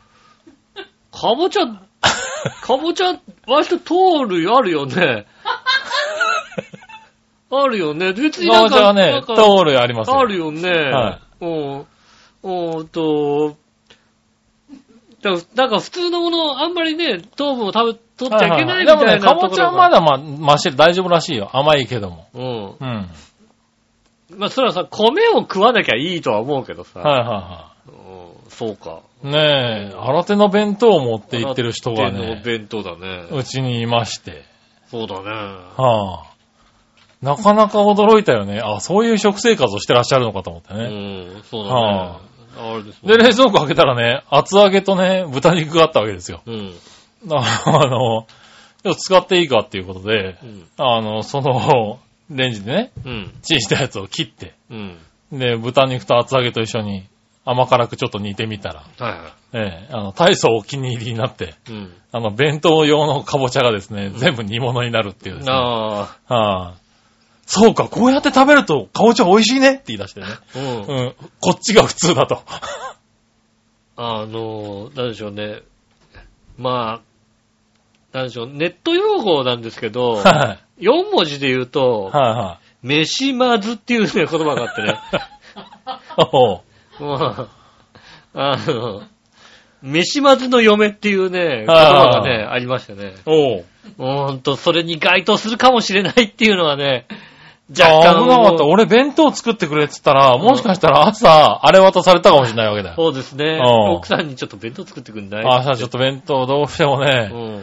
S1: かぼち ゃ、かぼちゃ、割と通るよ、あるよ ね。あるよね。別に
S2: ま
S1: な
S2: あ、
S1: ん
S2: じ
S1: か、
S2: ゃあ
S1: な
S2: ね
S1: ん、か
S2: タオルありますよ。
S1: あるよね。
S2: は
S1: うん。うんと、だからなんか普通のもの、あんまりね、糖分を食べ、取っちゃいけないみ
S2: で
S1: たい
S2: も
S1: な
S2: ね、
S1: とこ
S2: か
S1: ろが。
S2: ぼちゃはまだま、ましで大丈夫らしいよ。甘いけども。
S1: うん。
S2: うん。はい
S1: まあ、それはさ、米を食わなきゃいいとは思うけどさ。
S2: はいは
S1: うん、そうか。
S2: い。ねえ、新手の弁当を持って行ってる人が
S1: 天皇
S2: ね、
S1: 弁当だね。
S2: うちにいまして。
S1: そうだね。
S2: はあ。なかなか驚いたよね。あ、そういう食生活をしてらっしゃるのかと思って
S1: う
S2: ね。
S1: ん、そうだね。
S2: は
S1: あれですもん
S2: で、冷蔵庫開けたらね、厚揚げとね、豚肉があったわけですよ。
S1: うん。
S2: ああの、ちょっと使っていいかっていうことで、
S1: うん。
S2: あの、その、レンジでね、
S1: うん。
S2: チンしたやつを切って、
S1: うん。
S2: で、豚肉と厚揚げと一緒に甘辛くちょっと煮てみたら、
S1: はいは
S2: ええあの、大層お気に入りになって、
S1: い。うん。
S2: あの、弁当用のかぼちゃがですね、全部煮物になるっていうですね。
S1: あ
S2: はいそうか、こうやって食べると、かぼちゃ美味しいねって言い出してね。
S1: あ、うん。
S2: うん。こっちが普通だと。
S1: あの、なんでしょうね。まあ、なんでしょう、ネット用語なんですけど、
S2: は
S1: 4文字で言う
S2: い。
S1: と、
S2: は
S1: 飯まずっていうね言葉があってね。
S2: いはい。おう
S1: まあ、あの、飯まずの嫁っていうね、言葉がね、ありましたね。
S2: おう
S1: ほんと、それに該当するかもしれないっていうのはね、
S2: あ
S1: 若干
S2: 危なかった。
S1: もう
S2: 俺弁当作ってくれって言ったら、もしかしたら朝、あれ渡されたかもしれないわけだよ。
S1: そうですね。
S2: うん
S1: 奥さんにちょっと弁当作ってくんない
S2: ああ、さあちょっと弁当どうしても
S1: う
S2: ね、
S1: ん。
S2: うん、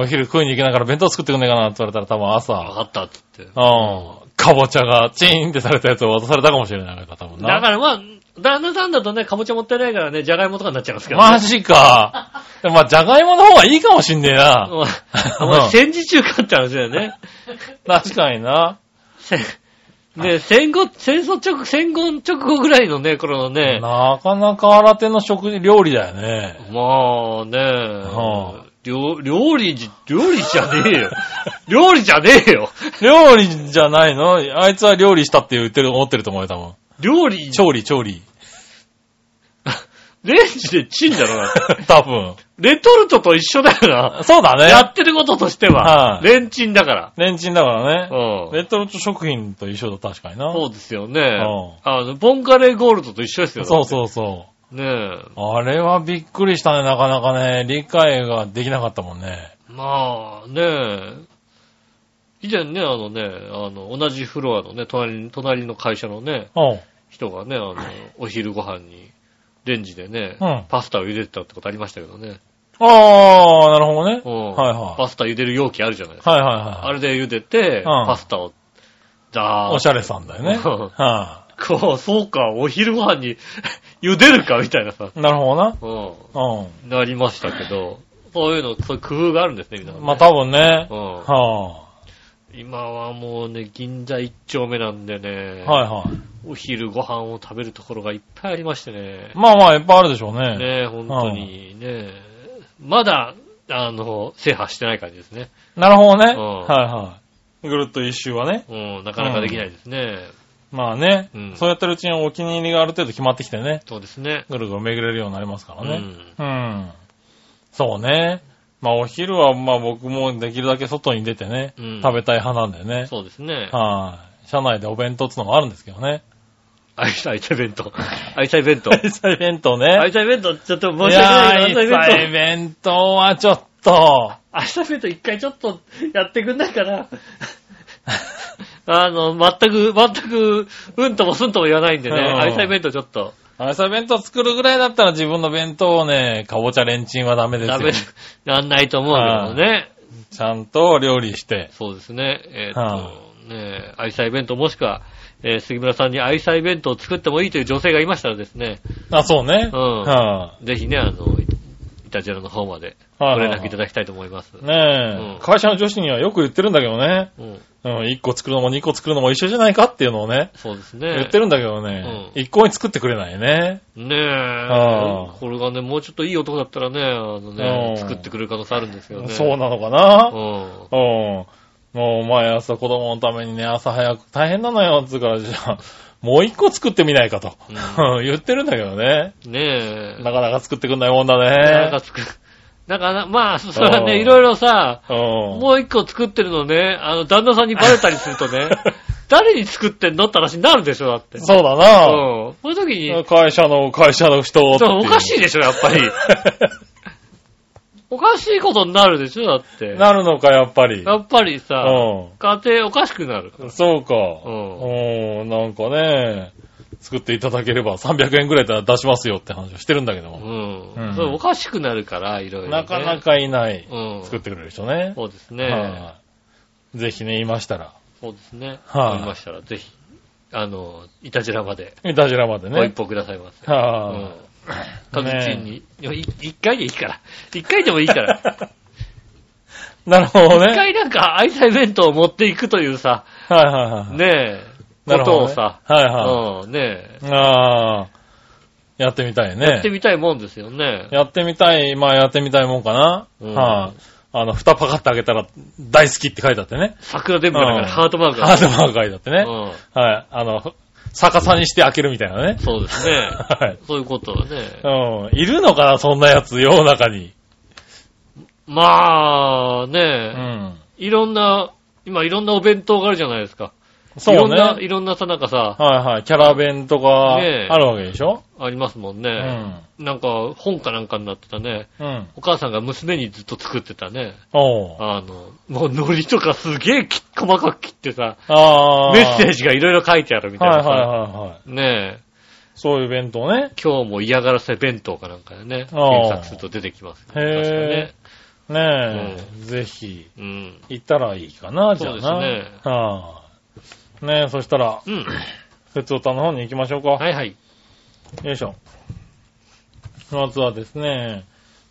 S2: お昼食いに行けないから弁当作ってくんねえかなって言われたら多分
S1: わ
S2: 朝、
S1: かったっつって。だ
S2: うん、かぼちゃがチーンってされたやつを渡されたかもしれないわけだ、多分な。
S1: からまあ、旦那さんだとね、かぼちゃもったいないからね、じゃがいもとかになっちゃいますけど、ね。
S2: マ ジか。まあ、じゃがいもの方がいいかもしんねえな。
S1: うんあん まり戦時中かって話だよね。
S2: 確かにな。
S1: せね、戦後、戦争直、戦後直後ぐらいのね、頃のね、
S2: なかなか新手の食事、料理だよ ね。
S1: まあね、
S2: はあ
S1: 料料理じ、料理じゃねえよ。 料理じゃねえよ。
S2: 料理じゃないのあいつは料理したって言ってる、思ってると思うよ、多分。
S1: 料理、
S2: 調理、調理。
S1: レンジでチンだろ な。
S2: 多分。
S1: レトルトと一緒だよ
S2: そうだ
S1: な。や
S2: ね。
S1: ってることとして
S2: は
S1: は、
S2: い
S1: レンチンだから。
S2: レンチンだから
S1: うん。
S2: ね。レトルト食品と一緒だ、確かにな。
S1: そうですよね。あの、ボンカレーゴールドと一緒ですよ。。
S2: そうそうそう
S1: ねえ。
S2: あれはびっくりしたね、なかなかね。理解ができなかったもんね。
S1: まあね、以前ね、あのね、あの、同じフロアのね、隣に、隣の会社のね、
S2: うん。
S1: 人がね、 あの、お昼ご飯に、レンジでね、
S2: うん
S1: パスタを茹でてたってことありましたけどね。
S2: ああ、なるほどね。
S1: うん
S2: はいはい
S1: パスタ茹でる容器あるじゃないですか。
S2: はいはいはい。
S1: あれで茹でて、
S2: ん
S1: パスタを、ザー
S2: おしゃれさんだよね。
S1: うん
S2: は
S1: こう、そうか、お昼ご飯に 茹でるか、みたいなさ。
S2: い。なるほどな。
S1: う。
S2: うん
S1: なりましたけど、そういうの、そういう工夫があるんですね、みんな、ね。
S2: ん。まあ多分ね。
S1: うん。
S2: は
S1: 今はもうね、銀座一丁目なんでね、
S2: あ。はいはい。
S1: お昼ご飯を食べるところがいっぱいありましてね、
S2: まあまあ、いっぱいあるでしょうね。
S1: ねえ本当にね、まだ、あの、制覇してない感じですね。
S2: なるほどね。
S1: うん
S2: はいはい。ぐるっと一周はね。
S1: うん、なかなかできないですね。
S2: まあね
S1: うん。
S2: そうやってるうちにお気に入りがある程度決まってきてね。
S1: そうですね。
S2: ぐるぐる巡れるようになりますから
S1: う
S2: ね。
S1: ん
S2: うん。そうね。まあお昼はまあ僕もできるだけ外に出てね、
S1: うん
S2: 食べたい派なんでね。
S1: そうですね。
S2: はい。社内でお弁当ってのもあるんですけどね。
S1: 愛妻 弁当。愛妻弁 当。
S2: 愛妻弁当ね。
S1: 愛妻弁当、ちょっと申
S2: い
S1: し訳
S2: や
S1: ないけど。愛
S2: ー
S1: 妻
S2: 一杯
S1: 弁
S2: 弁当はちょっと、
S1: 当。愛妻弁当一回ちょっとやってくんないかな。あの、全く、全く、うんともすんとも言わないんでね、
S2: うん
S1: 愛妻弁当ちょっと。
S2: 朝弁当作るぐらいだったら自分の弁当をね、かぼちゃレンチンはダメですよ。
S1: ダメ、なんないと思うけどね。
S2: ちゃんと料理して。
S1: そうですね。えーっ
S2: は
S1: と、ねえ愛妻弁当もしくは、えー杉村さんに愛妻弁当を作ってもいいという女性がいましたらですね、
S2: あ、そうね。
S1: うん
S2: は
S1: ぜひね、あの、いいたじらの方まで
S2: い。
S1: ご
S2: は
S1: 連絡いただきたいと思います。
S2: ねえ、
S1: うん
S2: 会社の女子にはよく言ってるんだけどね。
S1: うん
S2: うん、1個作るのも2個作るのも一緒じゃないかっていうのをね、
S1: そうですね。
S2: 言ってるんだけどね、
S1: うん
S2: 一向に作ってくれないね。
S1: ね
S2: は
S1: え
S2: い。
S1: これがね、もうちょっといい男だったらね、あの
S2: う
S1: ね、
S2: ん
S1: 作ってくれる可能性あるんですよね。
S2: そうなのかな、
S1: うん。
S2: うん。もう毎朝子供のためにね、朝早く大変なのよ、つうから、じゃあ、もう一個作ってみないかと、 言ってるんだけどね。
S1: ねえ。
S2: なかなか作ってくんないもんだ
S1: なん
S2: ね
S1: か。作る。 なんかな、まあ、それは
S2: う
S1: ね、
S2: ん
S1: いろいろさ、
S2: うん。
S1: もう一個作ってるのね、あの、旦那さんにバレたりすると ね、誰に作ってんのって話になるでしょ、だって。う
S2: そうだ
S1: ん
S2: な。。
S1: そういう時に、
S2: 会社の、会社の人
S1: そうおかし
S2: い。
S1: いでしょ、やっぱり。おかしいことになるでしょ、だって。
S2: なるのか、やっぱり。
S1: やっぱりさ、
S2: う
S1: 家庭おかしくなる。
S2: ん。そうか。
S1: ん
S2: うん。なんかね、作っていただければ300円くらいだったら出しますよって話をしてるんだけど
S1: う
S2: も。
S1: ん。
S2: うん
S1: それおかしくなるから、いろいろ、ね。
S2: なかな。かいない。
S1: うん。
S2: 作ってくれる人ね。
S1: そうですね。
S2: はいぜひね、いましたら。
S1: そうですね。
S2: はい
S1: 思いましたら、ぜひ、あの、いたじらまで、
S2: いたじらまで
S1: ご一
S2: ね。
S1: 報くださいませ。
S2: は
S1: 確実に。いやい一回でいいから。一回でもいい から。
S2: い。なるほど
S1: 一
S2: ね。
S1: 回なんか愛妻弁当を持っていくというさ、
S2: はいはいはい。
S1: ねえ、
S2: な
S1: こ
S2: るほど、ね。
S1: とをさ。
S2: はいは
S1: うん、ねえ。
S2: い。ああ、やってみたいね。
S1: やってみたいもんですよね。
S2: やってみたい、まあやってみたいもんかな。
S1: うん
S2: はい、あ。の、蓋パカって開けたら、大好きって書いてあってね。
S1: 桜電波だか
S2: うん
S1: らハートマーク
S2: ハ
S1: が
S2: ードマーク書いてあってね。
S1: うん
S2: はい。あの、逆さにして開けるみたいなね。
S1: そうですね。
S2: はい。
S1: そういうことだね。
S2: うん。いるのかな、そんなやつ、世の中に。
S1: まあ、
S2: う
S1: ね
S2: ん。
S1: え、いろんな、今いろんなお弁当があるじゃないですか。
S2: そう
S1: いろんな、
S2: ね。
S1: いろんなさ、なんかさ、
S2: はいはい。キャラ弁とか、あ
S1: ねえ
S2: るわけでしょ、
S1: ありますもんね。なんか、本かなんかになってたね。
S2: うん。うん。
S1: お母さんが娘にずっと作ってたね。
S2: おう。
S1: あの、もう海苔とかすげえき細かく切ってさ、
S2: ああ。
S1: メッセージがいろいろ書いてあるみたい
S2: はいは
S1: ないさ。
S2: はいはい。
S1: ねえ、
S2: そういう弁当ね。
S1: 今日も嫌がらせ弁当かなんかでね、
S2: あー
S1: 検索すると出てきますよね、確かね。
S2: ねえ、ぜひ、
S1: うん。
S2: 行ったらいいかな、じゃあ
S1: そう
S2: な。
S1: ですね
S2: はあ、ねえ、そしたら、
S1: うん。
S2: ふつおたの方に行きましょうか。
S1: はいはい。
S2: よいしょ。まずはですね、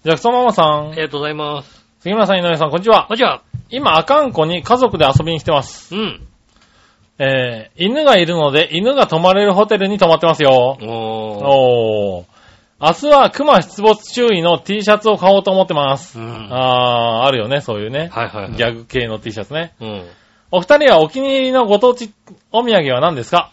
S2: ジャクソンママさ
S1: あり
S2: ん、
S1: がとうございます。
S2: 杉村さん、井上さん、こんにちは。
S1: あ、じゃあ、
S2: 今、阿寒湖に家族で遊びに来てます。
S1: うん。
S2: えー、犬がいるので、犬が泊まれるホテルに泊まってますよ。
S1: おー。
S2: おー。明日は熊出没注意の T シャツを買おうと思ってます。
S1: うん。はい
S2: あー、あるよね、そういうね。
S1: はいはい。
S2: ギャグ系の T シャツね。
S1: うん。
S2: お二人はお気に入りのご当地お土産は何ですか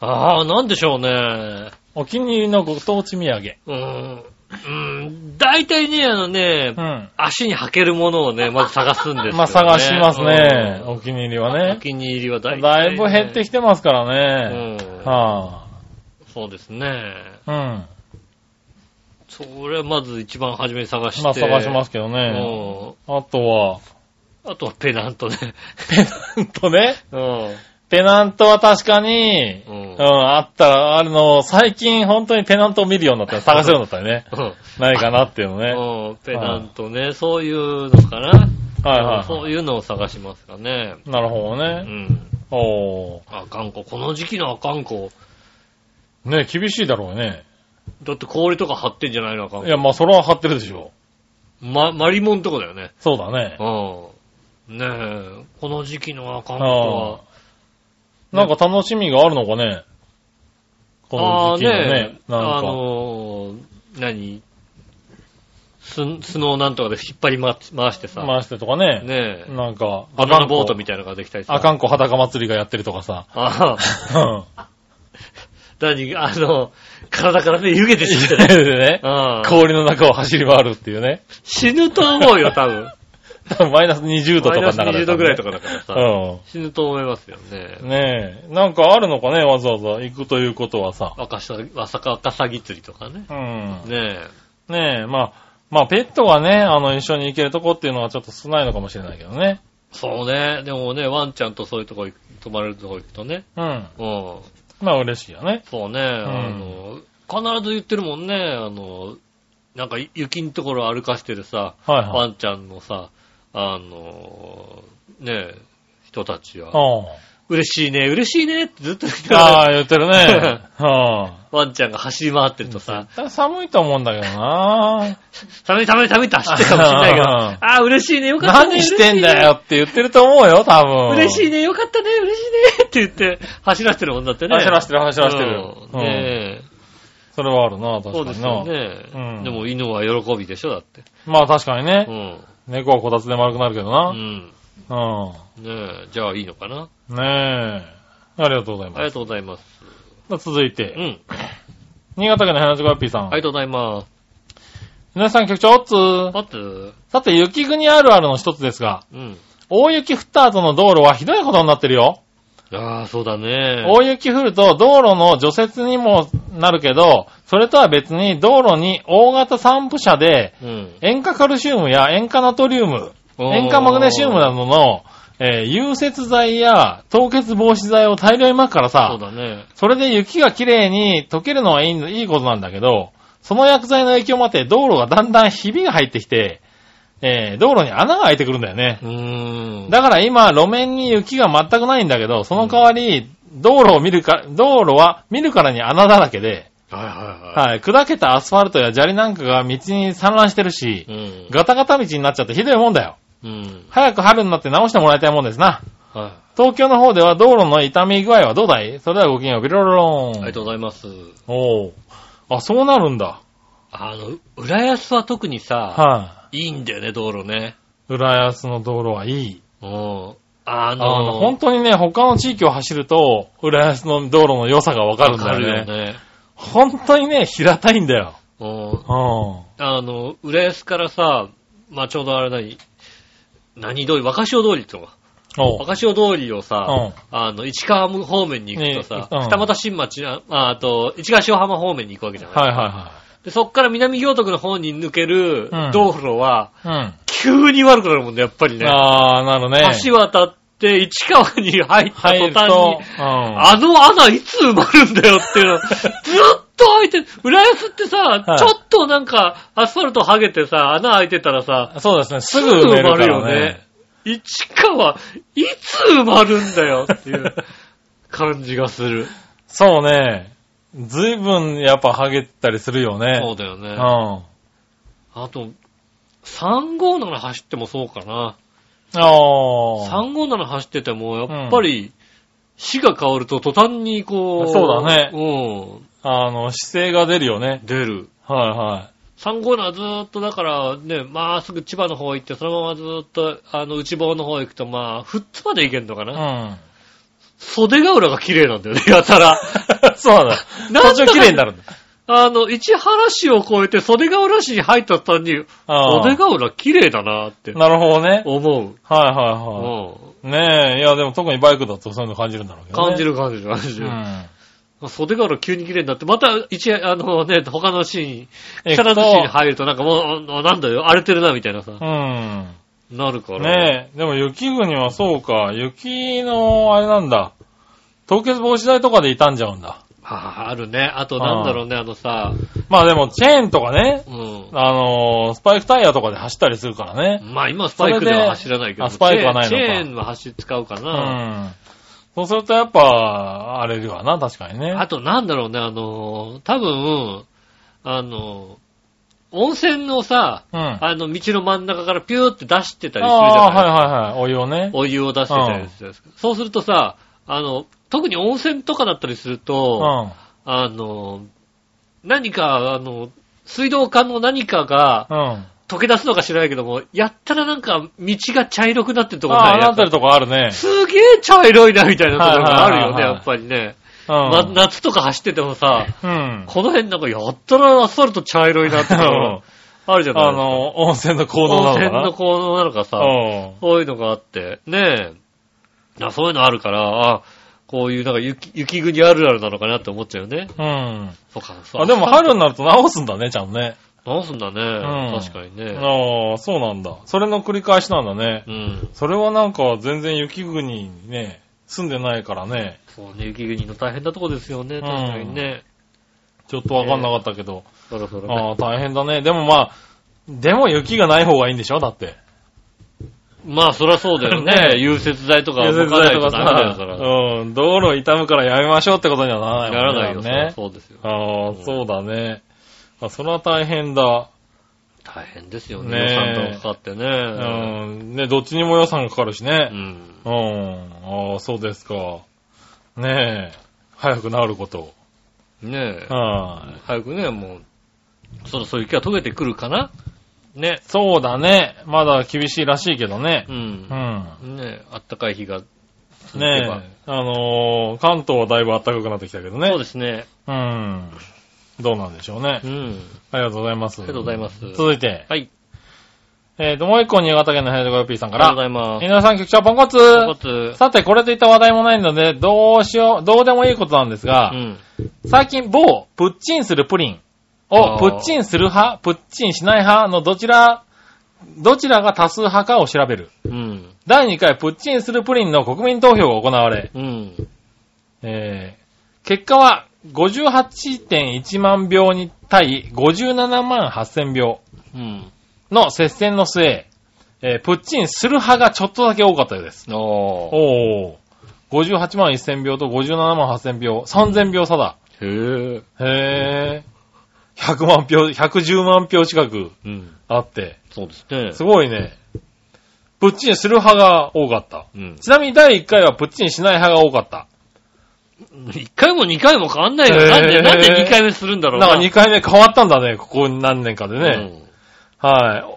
S1: ああ、なんでしょうね。
S2: お気に入りのご当地土産。
S1: うーん。うん。大体ね、あのね、
S2: うん。
S1: 足に履けるもの をね、まず探すんですよ、ね。
S2: まあ探しますね。
S1: うん
S2: お気に入りは
S1: お
S2: ね。
S1: 気に入りは大体、ね。
S2: だいぶ減って
S1: き
S2: きてますか
S1: て
S2: らね。
S1: うん。
S2: は
S1: そうですね。
S2: あ。うん。
S1: それはまず一番初めに探して。
S2: まあ探しますすけど
S1: ね。
S2: ね。あと は、
S1: あとはペナントね。
S2: ペナントね。
S1: うん。
S2: ペナントは確かに、
S1: う、
S2: うんん、あったら、あの、最近本当にペナントを見るようになったら探せるようになったらね
S1: うん
S2: ないかなっていうのね。は
S1: うん。ペナントね、そういうのかな。
S2: いは
S1: そういうのを探しますかね。
S2: い。なるほど
S1: う
S2: ね。
S1: ん。
S2: おー。
S1: あかんこ、この時期のあかんこ。
S2: ね厳しいだろうね。
S1: だって氷とか張ってんじゃないのあかん
S2: い
S1: こ。
S2: や、まあ、それは張ってるでしょ。
S1: ま、マリモンとこだよね。
S2: そうだね。
S1: うん。ねえ、この時期のあかんこは
S2: あ。なんか楽しみがあるのかね。この時期のね。
S1: あー
S2: な
S1: あ
S2: んか。
S1: のー、何ススノーなんとかで引っ張り回回してさ、
S2: 回してとかね。
S1: ねえ、
S2: なんか、
S1: バナナボートみ
S2: い
S1: たいなのができたりさ。
S2: あかんこ裸祭りがやってるとかさ。
S1: ああ、
S2: うん。
S1: 何あの、体からね、湯気出てきて ね。
S2: で ね、
S1: うん
S2: 氷の中を走り回るっていう ね。
S1: 死ぬと思うよ、多 分。
S2: マイナス20度と
S1: マ
S2: か
S1: イ
S2: の
S1: ナス
S2: 中だ
S1: 20度ぐらいとかだからさ。
S2: う
S1: 死ぬと思いますよね。
S2: ん。ねえ。なんかあるのかね、わざわざ行くということはさ。
S1: 若さ、若かさぎ釣りとかね。
S2: うん。
S1: ね
S2: ねえ、まあ、まあ、ペットがね、あの、一緒に行けるとこっていうのはちょっと少ないのかもしれないけどね。
S1: え。そうね。でもね、ワンちゃんとそういうとこ行く泊まれるとこ行くとね。
S2: うん。
S1: うん。
S2: まあ、嬉しいよね。
S1: そうね、あの、必ず言ってるもんね、あの、なんか雪のところ歩かしてるさ、
S2: はいはい。
S1: ワンちゃんのさ、あの、ねえ、人たちは、
S2: うん。
S1: 嬉しいね、嬉しいねってずっと言ってた
S2: ああ、言ってる ね。は
S1: ワンちゃんが走り回ってるとさ、
S2: あ、寒いと思うんだけど な。
S1: 寒い寒い寒いって走ってるかもしれないけど、
S2: うん
S1: ああ、嬉しいね、よかったね。
S2: 何してんだよって言ってると思うよ、多分。
S1: 嬉しいね。嬉しい
S2: い。
S1: ね、よかったね、嬉しいねって言って、走らせてるもんだってね。
S2: 走らせてる、走
S1: うん
S2: らせてる。うん。
S1: ねえ
S2: それはあるな、
S1: そう
S2: 確か
S1: です
S2: に
S1: よ
S2: な。う
S1: ね。
S2: ん
S1: でも犬は喜びでしょ、だって。
S2: まあ、確かに
S1: う
S2: ね。
S1: ん。
S2: 猫はこたつで丸くなるけど
S1: う
S2: な。
S1: ん。
S2: うん。
S1: ねえ、じゃあいいのかな。
S2: ねえ。ありがとうご
S1: あ
S2: ざい
S1: り
S2: ま
S1: がとうございます。
S2: す。続いうて、
S1: ん。
S2: 新潟県のヘナチョコヨッピーさん。
S1: ありがとうございます。
S2: 皆さん局長、おっつー。
S1: あと、
S2: さて、雪国あるあるの一つですが、
S1: うん。
S2: 大雪降った後の道路はひどいことになってるよ。
S1: ああ、そうだね。
S2: 大雪降ると道路の除雪にもなるけど、それとは別に道路に大型散布車で、
S1: うん。
S2: 塩化カルシウムや塩化ナトリウム、
S1: おー
S2: 塩化マグネシウムなどの、えー融雪剤や凍結防止剤を大量にまくから
S1: そう
S2: さ、
S1: だね。
S2: それで雪がきれいに溶けるのはいいんいいことなんだけど、その薬剤の影響もあって道路がだんだんひびが入ってきて、えー道路に穴が開いてくるんだよね
S1: う。ーん。
S2: だから今、路面に雪が全くないんだけど、その代わり、道路を見るか、道路は見るからに穴だらけで、
S1: はいは
S2: はい、砕けたアスファルトや砂利なんかが道に散乱してるし
S1: いはい。、うん。
S2: ガタガタ道になっちゃってひどいもんだよ。
S1: うん。
S2: 早く春になって直してもらいたいもんですな。
S1: はい。
S2: 東京の方では道路の傷み具合はどうだいそれではごきげんよう、ビロロローン。
S1: ありがとうございます。
S2: おうあ、そうなるんだ。
S1: あの、浦安は特にさ、
S2: はい
S1: いんだよね、道路ね。
S2: い。浦安の道路はいい。
S1: うん。あの、
S2: あの、本当にね、他の地域を走ると、浦安の道路の良さがわかるんだよね。
S1: わかるよね。
S2: 本当にね、平たいんだよ。
S1: うん。
S2: う
S1: あの、浦安からさ、まあ、ちょうどあれ何、何通り、若潮通りってのが。
S2: ん。おう。
S1: 若潮通りをさ、
S2: うん
S1: あの、市川方面に行くとさ、
S2: ねうん
S1: 二俣新町、あ、あと、市川塩浜方面に行くわけじゃない、
S2: はいは
S1: で、そっから南行徳の方に抜ける
S2: うん
S1: 道路は、
S2: いはい。
S1: 急に悪くなるもんね、やっぱり
S2: うん。
S1: ね。
S2: ああ、なるね。
S1: 橋渡って市川に入った
S2: 入
S1: 途
S2: る
S1: 端
S2: と
S1: に、、
S2: うん。
S1: あの穴いつ埋まるんだよって いうの、ずっと開いてる。浦安ってさ、
S2: い
S1: ちょっとなんか、アスファルト剥げてさ、穴開いてたらさ、
S2: そうですね、すぐ埋める
S1: す
S2: か
S1: ぐ埋ま
S2: ら
S1: るよ
S2: ね
S1: ね。市川、いつ埋まるんだよっていう感じがする。
S2: そうね。ずいぶんやっぱハゲたりするよ
S1: そう
S2: ね。
S1: だよ
S2: う
S1: ね。
S2: ん。
S1: あと、357走ってもそうかな。
S2: ああ。
S1: 357走ってても、やっぱり、死が変わると途端にこう、
S2: そうだね
S1: ね。
S2: あの、姿勢が出るよね
S1: うん、。出る。
S2: はいはい。
S1: 357ずーっとだからね、まっすぐ千葉の方行って、そのままずーっと、あの、内房の方行くと、まあ、富津まで行けんのか
S2: う
S1: な、
S2: ん。
S1: 袖ヶ浦が綺麗なんだよね、やた ら。
S2: そうだ。
S1: なん
S2: 途
S1: と
S2: 中
S1: か
S2: 綺麗になるんだ。
S1: あの、市原市を越えて袖ヶ浦市に入った途端に、
S2: あ
S1: 袖
S2: あ。
S1: ヶ浦綺麗だなって
S2: なるほどね。
S1: 思う。
S2: はいはいは
S1: う
S2: い。ねえ、いやでも特にバイクだとそういうの感じるんだろうけ
S1: ん、
S2: どね。
S1: 感じる感じる感じ
S2: う
S1: る。
S2: ん。
S1: 袖ヶ浦急に綺麗になって、また一、あのね、他のシーン、木
S2: えっ
S1: 更津市に
S2: と、
S1: 入るとなんかもう、あなんだよ、荒れてるなみたいなさ、
S2: うん。
S1: なるから。
S2: ねえ、でも雪国はそうか、雪の、あれなんだ、凍結防止剤とかで傷んじゃうんだ。
S1: ああ、あるね。あとなんだろうね、あのさ、
S2: まあでも、チェーンとかね、
S1: うん。
S2: あのースパイクタイヤとかで走ったりするからね。
S1: まあ今スパイクでは走らないけど、
S2: それであスパイクはない
S1: チ
S2: のか
S1: ェーンチェーンは走使うか
S2: う
S1: な。
S2: ん。そうするとやっぱ、荒れるわな、確かにね。
S1: あとなんだろうね、あのー、多分、あのー、温泉のさ、
S2: うん。あ
S1: あの道の真ん中からピューって出してたりするじゃない
S2: あー、はいはいはい。お湯をね。
S1: お湯を出してたりするじゃないですか。そうするとさ、あの、特に温泉とかだったりする
S2: う
S1: と、
S2: ん。
S1: あの、何か、あの、水道管の何かが
S2: うん。
S1: 溶け出すのか知らないけども、やったらなんか道が茶色くなってるとこな
S2: ああ、
S1: い
S2: なってるとこあるね。
S1: すげえ茶色いなみたいなところがあるよ
S2: は
S1: ね、
S2: いはいはいはい
S1: やっぱりね。
S2: うん。
S1: ま夏とか走っててもさ、
S2: うん。
S1: この辺なんかやったらアスファルト茶色いなってところあるじゃない
S2: あの、温泉の行動
S1: 温
S2: なの
S1: 泉
S2: か
S1: の
S2: な。
S1: 効能なのかさ、
S2: うん。
S1: そういうのがあって、ねえ。あそういうのあるから、あこういうなんか雪雪国あるあるなのかなって思っちゃうよね。
S2: うん。
S1: そうか、そう。
S2: あ、でも春になると直すんだね、ちゃんとね。
S1: 直すんだね。
S2: うん
S1: 確かにね。
S2: ああ、そうなんだ。それの繰り返しなんだね。
S1: うん。
S2: それはなんか全然雪国にね、住んでないからね、
S1: そうね、雪国の大変なとこですよね。
S2: ん
S1: 確かにね。
S2: ちょっとわかんなかったけど、
S1: そろそろね。
S2: ああ、大変だね。でもまあ、でも雪がない方がいいんでしょだって。
S1: まあ、そりゃそうだよ
S2: ね
S1: ね。融雪剤とかは
S2: 雪
S1: 向かないとダメだ
S2: さ
S1: から。、
S2: うん、道路傷むからやめましょうってことにはな
S1: や
S2: ら
S1: ら
S2: な
S1: ない
S2: い
S1: よ
S2: もん
S1: ね
S2: ね。。
S1: そうですよ。
S2: ああ、そうだね。あ、それは大変だ。
S1: 大変ですよ
S2: ね
S1: ね。
S2: え
S1: 予算とかかって
S2: う
S1: ね。
S2: ん、ね、どっちにも予算がかかるし
S1: う
S2: ね。
S1: ん。
S2: うん、ああ、そうですか。ねえ、早く治ることを。
S1: ねえ。
S2: はい、
S1: 早くね、もう、そろそろ雪が溶けてくるかなね。
S2: そうだね。まだ厳しいらしいけどね
S1: う。
S2: うんん。。
S1: ねえ、あったかい日が続けば
S2: ねえ。あのー関東はだいぶ暖かくなってきたけどね。
S1: そうですね。
S2: うん。どうなんでしょうね
S1: う。ん。
S2: ありがとうございます。
S1: ありがとうございます。
S2: 続いて、
S1: はい。
S2: えっ、と、もう一個、新潟県のヘルドゴヨピーさん
S1: あ
S2: か
S1: りがとう
S2: ら
S1: ご、ざいます。
S2: 皆さん局長ポンコツ
S1: 一つ
S2: さて、これといった話題もないので、どうしよう、どうでもいいことなんですが
S1: う、ん。
S2: 最近某、プッチンするプリン
S1: あ
S2: を、
S1: ー
S2: プッチンする派、プッチンしない派のどちら、どちらが多数派かを調べる。
S1: うん。
S2: 第2回プッチンするプリンの国民投票が行われ、
S1: うん。
S2: えー結果は58.1万票に対57万8000票
S1: うん。
S2: の接戦の末、えープッチンする派がちょっとだけ多かったようです。
S1: おー。
S2: おー。58万1000票と57万8000票、3000票差だ。
S1: へぇ
S2: へー。100万票、110万票近く
S1: うん。
S2: あって、
S1: そうですね。
S2: すごいね。プッチンする派が多かった。
S1: うん。
S2: ちなみに第1回はプッチンしない派が多かった。
S1: 一回も二回も変わんないよ。なん
S2: へ
S1: で、
S2: ー
S1: なんで二回目するんだろう
S2: なんか2回目変わったんだね、ここ何年かでね。
S1: ね。
S2: はい。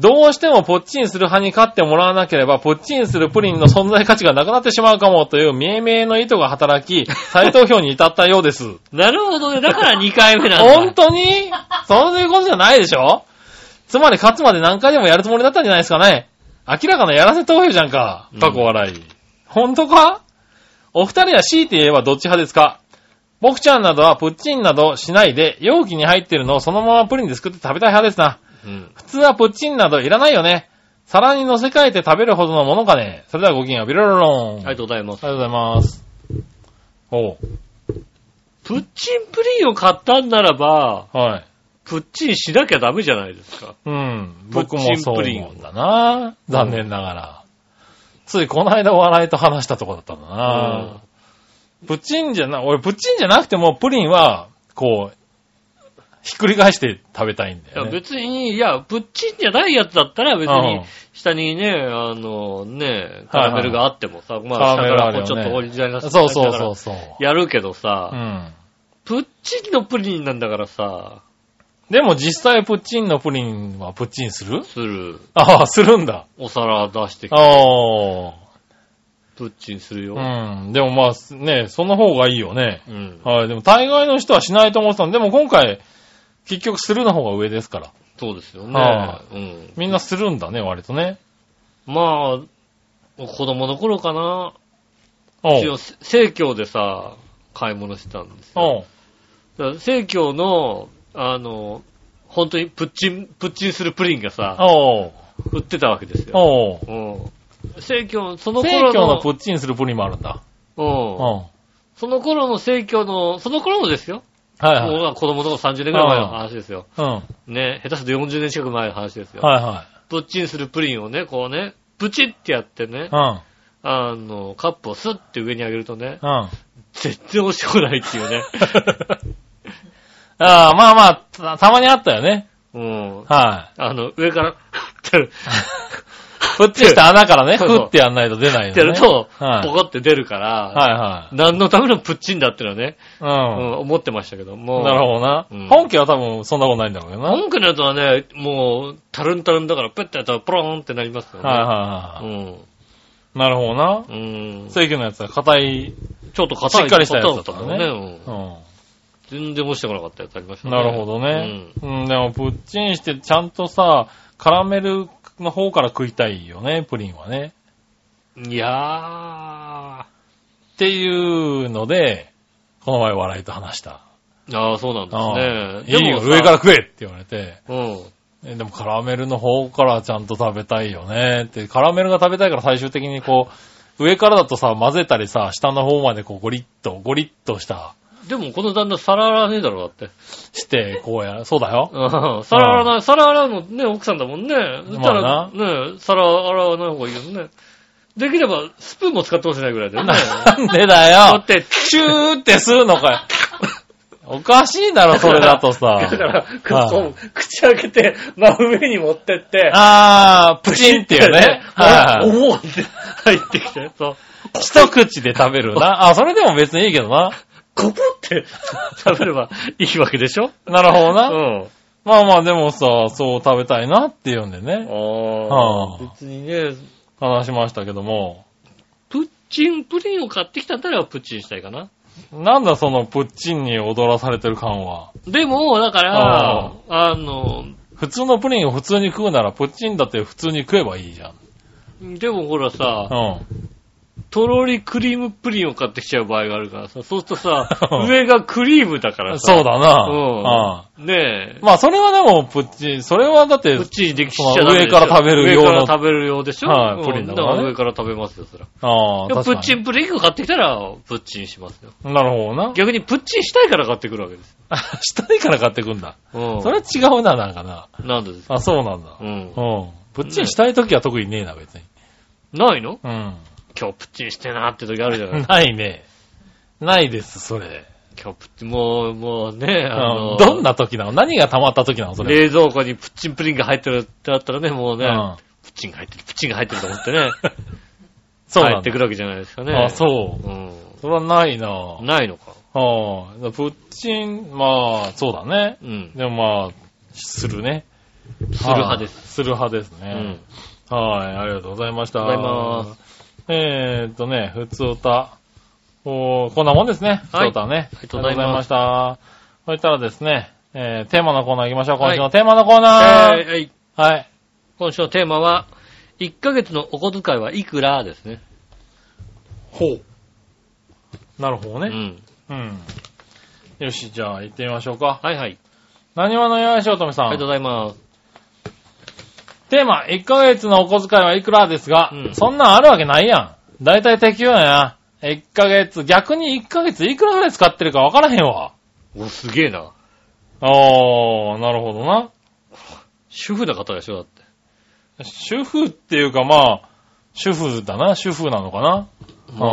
S2: どうしてもポッチンする派に勝ってもらわなければ、ポッチンするプリンの存在価値がなくなってしまうかもという命名の意図が働き、再投票に至ったようです。
S1: うんなるほどね。だから二回目なんだ。
S2: 本当にそういうことじゃないでしょつまり勝つまで何回でもやるつもりだったんじゃないですかね。明らかなやらせ投票じゃんか。過去笑い。本当かお二人は強いて言えばどっち派ですか僕ちゃんなどはプッチンなどしないで、容器に入ってるのをそのままプリンで作って食べたい派ですな。
S1: うん。
S2: 普通はプッチンなどいらないよね。皿に乗せ替えて食べるほどのものかね。それではごきげんよう。ビロロロン。
S1: ありがとうございます。
S2: ありがとうございます。おう
S1: プッチンプリンを買ったんならば、
S2: はい。
S1: プッチンしなきゃダメじゃないですか。
S2: うん。
S1: プッチ
S2: 僕
S1: ン
S2: もそう
S1: プリン
S2: 思うんだな。残念ながら。ついこの間お笑いと話したとこだったんだな。プッチンじゃな、俺プッチンじゃなくてもプリンは、こう、ひっくり返して食べたいんだ
S1: いや
S2: よね。
S1: 別に、いや、プッチンじゃないやつだったら別に
S2: うん、
S1: 下にね、あのね、カラメルがあってもさ、まあ下
S2: カラ
S1: か
S2: メルあ
S1: ら
S2: る
S1: こ
S2: よ
S1: う
S2: ね
S1: ちょっと折り出して
S2: そうそうそうそう。
S1: やるけど
S2: う
S1: さ、
S2: ん。
S1: プッチンのプリンなんだからさ、
S2: でも実際プッチンのプリンはプッチンする
S1: する、
S2: ああ、するんだ。
S1: お皿出してきて、
S2: あ
S1: プッチンするよ。
S2: あ。うん。でもまあ、ね、その方がいいよね。
S1: うん。
S2: はい。でも大概の人はしないと思ってたんで、でも今回、結局するの方が上ですから。
S1: そうですよね
S2: は。
S1: うん。
S2: みんなするんだね、割とね。
S1: まあ、子供の頃かな、
S2: お
S1: 一
S2: う
S1: 応、生協でさ、買い物してたんですよ。
S2: おう
S1: だから生協の、あの、本当にプッチン、プッチンするプリンがさ、
S2: おう
S1: 売ってたわけですよ。
S2: おう
S1: うん。生協、その
S2: 生
S1: 頃
S2: 協の
S1: の、
S2: プッチンするプリンもあるんだ。
S1: うん。
S2: おう
S1: その頃の生協の、その頃のですよ。
S2: はいはい。
S1: もう子供の頃30年ぐらい前の話ですよ。
S2: うん。
S1: ね、下手すると40年近く前の話ですよ。
S2: はいは
S1: プッチンするプリンをね、こうね、プチってやってね
S2: い。う、ん。
S1: あの、カップをスッて上に上げるとね、
S2: うん。
S1: 全然落ちてこないって いうね。
S2: ああ、まあまあ、たたまにあったよね。
S1: うん。
S2: は
S1: あの、上から、って、
S2: い。プッチンした穴からね、
S1: そうそう
S2: ふってやんないと出ないのね。
S1: ってやると、
S2: はい
S1: ポコって出るから、
S2: は
S1: 何のためのプッチンだってのはね、
S2: いは
S1: う
S2: い。うん
S1: ん。思ってましたけども。
S2: なるほどな
S1: うん。
S2: 本家は多分そんなことないんだろうけどな。はい
S1: 文句のやつはね、もう、タルンタルンだから、ペッてやったらポローンってなりますよね。
S2: はいはい。なるほどな。
S1: うん。うん。
S2: 正規のやつは硬い。
S1: ちょっと硬い。
S2: しっかりしたやつだった
S1: 硬
S2: の
S1: か
S2: ね
S1: ったもんね。
S2: う
S1: うん
S2: ん。
S1: 全然落ちてこなかったやつありましたね。
S2: なるほどね。うん、でもプッチンしてちゃんとさ、カラメルの方から食いたいよね、プリンはね。
S1: うん。いや
S2: っていうので、この前笑いと話した。
S1: ー。ああ、そうなんですね。
S2: いい
S1: でも
S2: よ、
S1: さ
S2: 上から。食えって言われて。
S1: うん。
S2: えでもカラメルの方からちゃんと食べたいよねって、カラメルが食べたいから最終的にこう、上からだとさ、混ぜたりさ、下の方までこうゴリッと、ゴリッとした、
S1: でもこの旦那皿洗わねえだろ、だって。
S2: して、こうやる。そうだよ。
S1: うん皿洗わない、皿洗うのね、奥さんだもんね。そした
S2: ま
S1: ら
S2: あ、
S1: ね、皿洗わない方がいいよね。できれば、スプーンも使ってほしいないぐらい だよね。
S2: なんでだ
S1: だ
S2: よ
S1: っ。て、
S2: チューってするのかよ。おかしいだろ、それだとさ。
S1: だから、
S2: はい
S1: こう口開けて、真上に持ってって、
S2: あー、プチンっていうね。
S1: あ
S2: はい
S1: おおって入ってきて、そう。
S2: 一口で食べるな。あ、それでも別にいいけどな。
S1: コポって食べればいいわけでしょ
S2: なるほど
S1: う
S2: な。
S1: ん。
S2: まあまあ、でもさ、そう食べたいなって言うんでね。
S1: あ
S2: は
S1: あ。別にね、
S2: 話しましたけども。
S1: プッチン、プリンを買ってきたんだらプッチンしたいかな。
S2: なんだそのプッチンに踊らされてる感は。
S1: でも、だから
S2: あ、
S1: あの、
S2: 普通のプリンを普通に食うならプッチンだって普通に食えばいいじゃん。
S1: でもほらさ
S2: う、ん。
S1: とろりクリームプリンを買ってきちゃう場合があるからさ、そうするとさ
S2: う、ん
S1: 上がクリームだからさ、
S2: そうだな。うん
S1: うん。ねえ、
S2: まあ、それはでも、プッチン、それはだって
S1: プッ、チンできちゃダメでしょ
S2: 上から食べる用の
S1: 上から食べる用でしょ
S2: はいプリンだ
S1: か、
S2: からら
S1: う
S2: ね
S1: ん上から食べますよ、そら。
S2: ああ、
S1: でもプ
S2: 確かに
S1: ッチンプリンを買ってきたら、プッチンしますよ。
S2: なるほどな。
S1: 逆にプッチンしたいから買ってくるわけです。
S2: したいから買ってくんだ。
S1: うん。
S2: それは違うな、なんかな。
S1: なんでですか
S2: あ、そうなんだ
S1: う。ん
S2: う。ん。プッチンしたい時は特にねえな、別に。
S1: ないの
S2: うん。
S1: 今日プッチンしてなって時あるじゃない
S2: ないね。ないです、それ。
S1: 今日プッチン、もう、もうね、
S2: う
S1: あの、
S2: ん。どんな時なの何が溜まった時なのそれ。
S1: 冷蔵庫にプッチンプリンが入ってるってなったらね、もう
S2: う
S1: ね、
S2: ん。
S1: プチンが入ってる、プチンが入ってると思ってね。
S2: そうな
S1: 入
S2: ん
S1: って
S2: だ。
S1: くるわけじゃないですかね。
S2: あ、そう。
S1: う
S2: それはないなぁ
S1: ん。。ないのか。
S2: はあ、プッチン、まあ、そうだね。
S1: うん。
S2: でもまあ、するね。
S1: する派です。
S2: す。する派です
S1: う
S2: ね
S1: ん。。
S2: はい、ありがとうございまし
S1: あ
S2: た。。
S1: りがとうございます
S2: えーっとね、ふつおた。おーこんなもんですね。ふつ
S1: はい
S2: おたね。あ
S1: りがとうございます
S2: した。そしたらですね、えー、テーマのコーナー行きましょう。
S1: はい
S2: 今週のテーマのコー
S1: え
S2: ナー。
S1: ーはい。
S2: はい。
S1: 今週のテーマは、1ヶ月のお小遣いはいくらですね。
S2: ほう。なるほど
S1: う
S2: ね。
S1: ん。
S2: うん。よし、じゃあ行ってみましょうか。
S1: はいはい。
S2: 何話のよいしおとめさ
S1: ありが
S2: ん
S1: と。うございます。
S2: テーマ、1ヶ月のお小遣いはいくらですが、
S1: うん
S2: そんなんあるわけないやん。だいたい適用やな。1ヶ月、逆に1ヶ月いくらぐらい使ってるかわからへんわ。
S1: お、すげえな。
S2: あー、なるほどな。
S1: 主婦の方でしょ、だって。
S2: 主婦っていうかまあ、主婦だな、主婦なのかな。うん、ま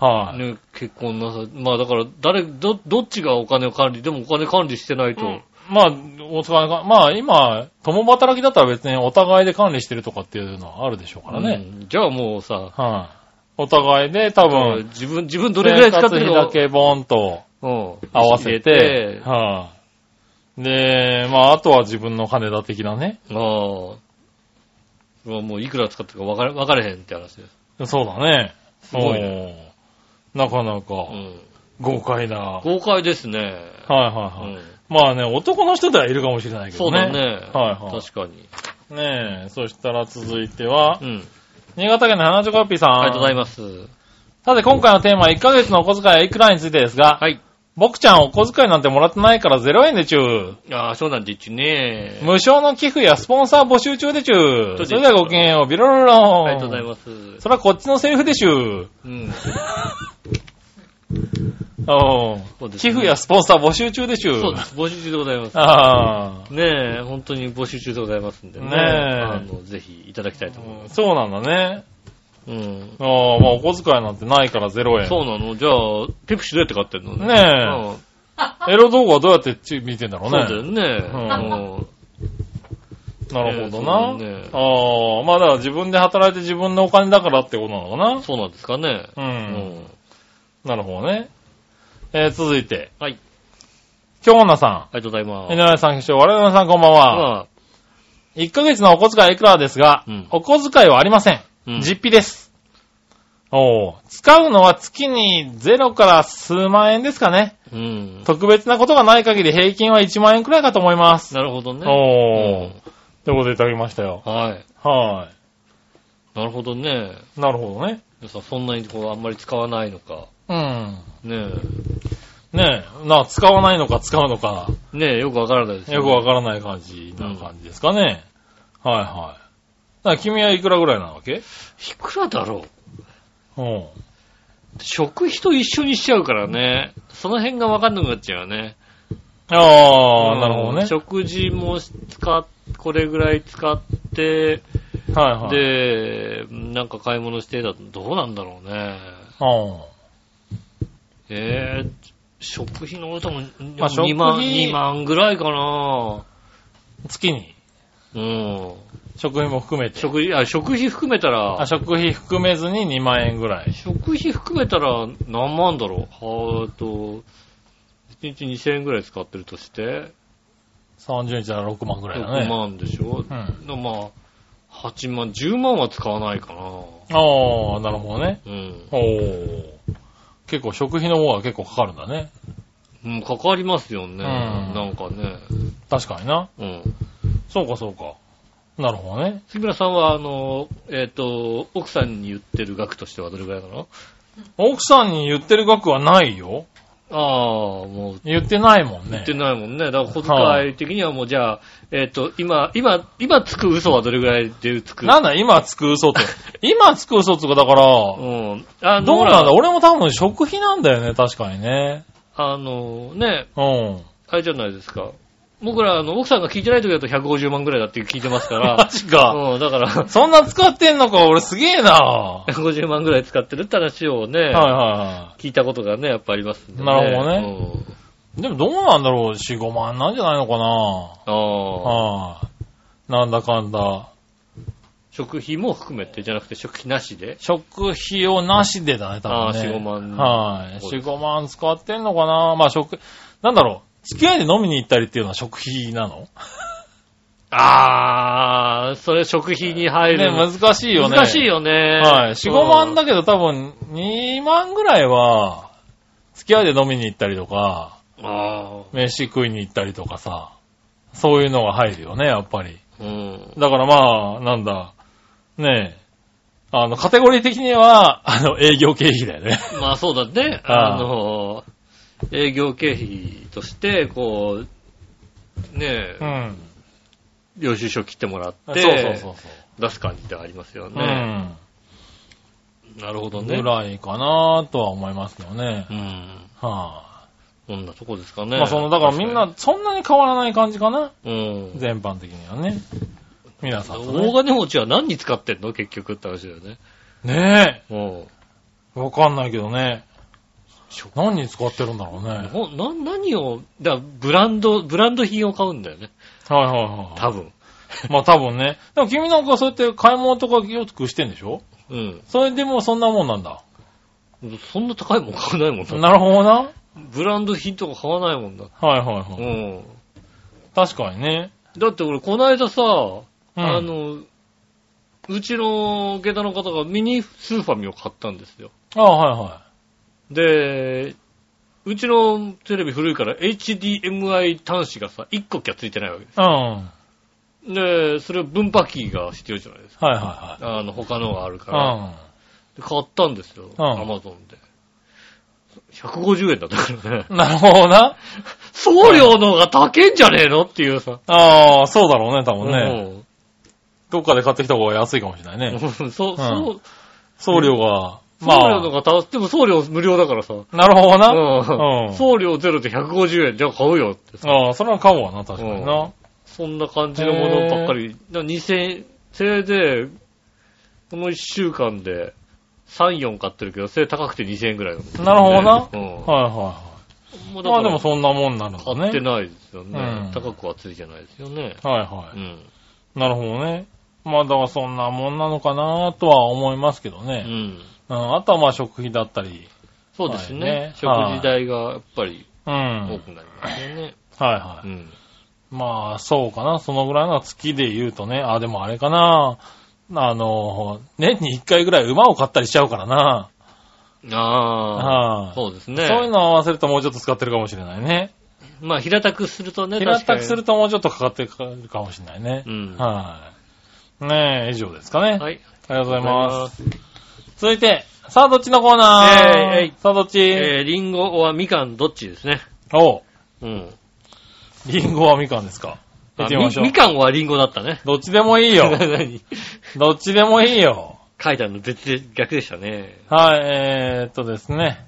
S2: あ、はい、
S1: ね、結婚なさ、まあだから、誰、ど、どっちがお金を管理、でもお金管理してないと。
S2: うんまあ、お互いが、まあ今、共働きだったら別にお互いで管理してるとかっていうのはあるでしょうからね。
S1: うんじゃあもうさ、
S2: はい、お互いで多分、
S1: 自分、自分どれぐらい使ってる
S2: 生
S1: の
S2: 活費だけボーンと。
S1: うん。
S2: 合わせ
S1: 入れ
S2: て、はい、で、まあ、あとは自分の金だ的なね。
S1: ああ。うわもういくら使ってるか分から分からへんって話です。
S2: そうだね。
S1: すごい
S2: ね。なかなか
S1: うん。
S2: 豪快な。はい
S1: 豪快ですね。
S2: はいはい。
S1: うん
S2: まあね、男の人ではいるかもしれないけ
S1: そ
S2: ど
S1: うだ
S2: ね。
S1: ね。
S2: はいは
S1: 確かに。
S2: い。ねえ、そしたら続いては
S1: う、ん。
S2: 新潟県の花女コッピーさん。
S1: ありがとうござい
S2: ま
S1: ます。
S2: す。さて今回のテーマは1ヶ月のお小遣いはいくらについてですが、
S1: はい。
S2: 僕ちゃんお小遣いなんてもらってないから0円でちゅう。
S1: ああ、そうなんでちゅね。
S2: 無償の寄付やスポンサー募集中でちゅ
S1: そうで
S2: う。
S1: す
S2: それではごきげんよう、ビロロロン。
S1: ありがとうございます。う
S2: それはこっちのセリフでしゅ。
S1: ん。そう
S2: うん。
S1: ですね
S2: 寄付やスポンサー募集中でしゅ。
S1: そうです。募集中でございます。
S2: あ
S1: ねえ、本当に募集中でございますんでね。
S2: ねえ
S1: あの、ぜひいただきたいと思いま
S2: あ。そうなんだね。
S1: す。うん。
S2: ああ、まあお小遣いなんてないから0円。
S1: そうなのじゃあ、ペプシどうやって買ってんの
S2: ねえエロ動画はどうやってち見てんだろ
S1: うん
S2: う
S1: そう
S2: ね。
S1: だよね。
S2: うん
S1: うん
S2: なるほどな。
S1: ねえそうだね
S2: ああ、まあだから自分で働いて自分のお金だからってことなのかな。
S1: そうなんですかね。
S2: う。
S1: うんん。
S2: なるほどね。えー続いて、
S1: はい。
S2: 京女さ
S1: ありがとうございま
S2: ん、
S1: す
S2: 井。上さん、局長、我々のさんこんばんは。
S1: まあ
S2: 1ヶ月のお小遣いいくらですが、
S1: うん
S2: お小遣いはありません。
S1: うん
S2: 実費です。おー使うのは月に0から数万円ですかね。
S1: うん。
S2: 特別なことがない限り平均は1万円くらいかと思います。
S1: なるほどね。
S2: おー。ということでいただきましたよ。
S1: はい。
S2: は
S1: なるほどね。
S2: い。なるほどね。
S1: さそんなにこう、あんまり使わないのか。
S2: うん。
S1: ね
S2: ねえ、な、使わないのか使うのか、
S1: え。ねえ、よくわからないです
S2: よくわ
S1: か
S2: からない感じな感じですかね。はいはい。だから君はいくらぐらいなわけ
S1: いくらだろう
S2: うん。
S1: 食費と一緒にしちゃうからね。その辺がわかんなくなっちゃうよね。
S2: ああ、なるほどね。
S1: 食事も使っ、これぐらい使って、
S2: はいはい。
S1: で、なんか買い物してだとどうなんだろうね。
S2: うん。
S1: えー、食費の多分
S2: まあ
S1: 2万、
S2: 食費
S1: 2万ぐらいかな
S2: 月に
S1: うん。
S2: 食費も含めて。
S1: 食費、あ、食費含めた
S2: あ
S1: ら、
S2: 食費含めずに2万円ぐらい。
S1: 食費含めたら何万だろうはーっと、1日2000円ぐらい使ってるとして、
S2: 30日なら6万ぐらいだね。
S1: 6万でしょ、
S2: うん
S1: のまあ、8万、10万は使わないかな
S2: ああ、なるほどね。
S1: うん。
S2: おー。結構食費の方が結構かかるんだね。
S1: うん、かかりますよね。
S2: ん
S1: なんかね。
S2: 確かにな。
S1: うん。
S2: そうかそうか。なるほどね。
S1: 杉村さんは、あの、えっ、と、奥さんに言ってる額としてはどれぐらいなの
S2: 奥さんに言ってる額はないよ。
S1: ああ、もう、
S2: 言ってないもんね。
S1: 言ってないもんね。だから、小遣い的にはもう、じゃあ、えっ、と、今、今、今つく嘘はどれぐらいでつく
S2: なんだ、今つ く嘘って。今つく嘘っていうか、だから、
S1: うん。あの、
S2: どうなんだ
S1: ほら
S2: 俺も多分食費なんだよね、確かにね。
S1: あの、ね、
S2: うん。
S1: あれじゃないですか。僕ら、あの、奥さんが聞いてない時だと150万ぐらいだって聞いてますか
S2: マ
S1: ら、
S2: ジか。
S1: うん、だから、
S2: そんな使ってんのか、俺すげえな。は
S1: 150万ぐらい使ってるって話をね、
S2: いはいは
S1: 聞いたことがね、やっぱありますんでね。
S2: なるほどね
S1: うん
S2: い。でもどうなんだろう、4、5万なんじゃないのかな。
S1: ああ。
S2: はい、なんだかんだ。
S1: 食費も含めてじゃなくて食費なしで。
S2: 食費をなしでだね、多分
S1: あ
S2: ね。
S1: ー4-5万
S2: はい。4、5万使ってんのかなまあ食、なんだろう。付き合いで飲みに行ったりっていうのは食費なの
S1: あー、それ食費に入
S2: ね、
S1: る。
S2: 難しいよね。
S1: 難しいよね。
S2: はい。4、5万だ
S1: け
S2: けど多分2万ぐらいは、付き合いで飲みに行ったりとか、
S1: あ
S2: 飯食いに行ったりとかさ、そういうのが入るよね、やっぱり。
S1: ーうん。
S2: だからまあ、なんだ、ねえ、あの、カテゴリー的には、あの、営業経費だよね。
S1: まあそうだね。
S2: あー
S1: あの、営業経費として、こう、ねえ、
S2: ん。
S1: 領収書切ってもらっ
S2: そう
S1: て、
S2: そうそうそう。
S1: 出す感じではありますよ
S2: う
S1: ね。
S2: ん。
S1: なるほどね
S2: ぐ。らいかなとは思いますけどね
S1: う。ん。
S2: は
S1: こんなとこですか
S2: い。
S1: ね。
S2: まあその、だからみんな、そんなに変わらない感じかな
S1: 確かに、うん。
S2: 全般的にはね。皆さんと
S1: 大
S2: ね。
S1: 金持ちは何に使ってんの結局って話だよね。
S2: ね
S1: うん。
S2: え。わかんないけどね
S1: 食。
S2: 何に使ってるんだろうね。はい
S1: ほな何を、だからブランド、ブランド品を買うんだよね。
S2: はいは
S1: 多分。
S2: い。まあ多分ね。でも君なんかそうやって買い物とかよくしてんでしょ
S1: うん。
S2: それでもうそんなもんなんだ。
S1: そんな高いもん買わないもんな。
S2: なるほどな。はい
S1: ブランド品とか買わないもんな。
S2: はいうはい。
S1: ん。
S2: 確かにね。
S1: だって俺、この間さ、
S2: うん
S1: あの、うちの下駄の方がミニスーファミを買ったんですよ。
S2: ああはいは
S1: で、うちのテレビ古いから HDMI 端子がさ、1個きゃついてないわけで
S2: い。うん。は
S1: す。で、それを分波機が必要じゃないですか。
S2: いは
S1: あの、他のがある
S2: い
S1: から。
S2: は
S1: で買ったんですよ。
S2: うん
S1: アマゾンで。150円だった からね
S2: い。。うん。なるほどな。
S1: 送料の方が高えんじゃねえのっていうさ。
S2: ああ、そうだろうね、多分ね。どっかで買ってきた方が安いかもしれないね。
S1: うん。そう、
S2: う
S1: そう、
S2: 送料が、ま
S1: 送料の方
S2: あ、
S1: が高、でも送料無料だからさ。
S2: なるほどな。
S1: う
S2: うん
S1: ん。送料ゼロで150円、じゃあ買うよってさ。
S2: ああ、それは買うわな、確かにな。
S1: そんな感じのものばっかり。だから2000円、せいで、この1週間で、3、4買ってるけど、それ高くて2000円ぐらいだもん
S2: なるほどな
S1: うん。
S2: はいはいは
S1: もう
S2: い。
S1: だ
S2: ま
S1: か
S2: あで
S1: ら
S2: もそんなもんなんだ
S1: 買って
S2: ね。
S1: ないですよね
S2: う。ん
S1: 高くはついてないですよね。
S2: はいは
S1: うん。
S2: い。なるほどね。まあだからそんなもんなのかなとは思いますけど
S1: う
S2: ね。
S1: ん。
S2: うん。あとはまあ食費だったり。
S1: そうですね。
S2: はいね
S1: 食事代がやっぱり
S2: う
S1: 多
S2: ん。はい
S1: くなりますよね。
S2: は
S1: う
S2: い。
S1: ん。
S2: まあそうかな。そのぐらいの月で言うとね。あ、でもあれかな。あの、年に一回ぐらい馬を買ったりしちゃうからな。
S1: あ
S2: は
S1: あ。
S2: い
S1: そうですね。
S2: そういうのを合わせるともうちょっと使ってるかもしれないね。
S1: まあ、平たくするとね、
S2: 平たく
S1: 確かに
S2: するともうちょっとかかってくるかもしれないね。
S1: うん
S2: はい。ねえ、以上ですかね。
S1: はい。
S2: ありがとうございます。
S1: す。
S2: 続いて、さあどっちのコーナー、
S1: えいえい
S2: さあどっち、
S1: えー、リンゴはみかんどっちですね。
S2: お
S1: うん。
S2: リンゴはみかんですか。行
S1: あ
S2: ってみましょう
S1: みみ。かんはリンゴだったね。
S2: どっちでもいいよ。
S1: 何
S2: どっちでもいいよ。
S1: 書いてあるの別で逆でしたね。
S2: はい、えー、っとですね。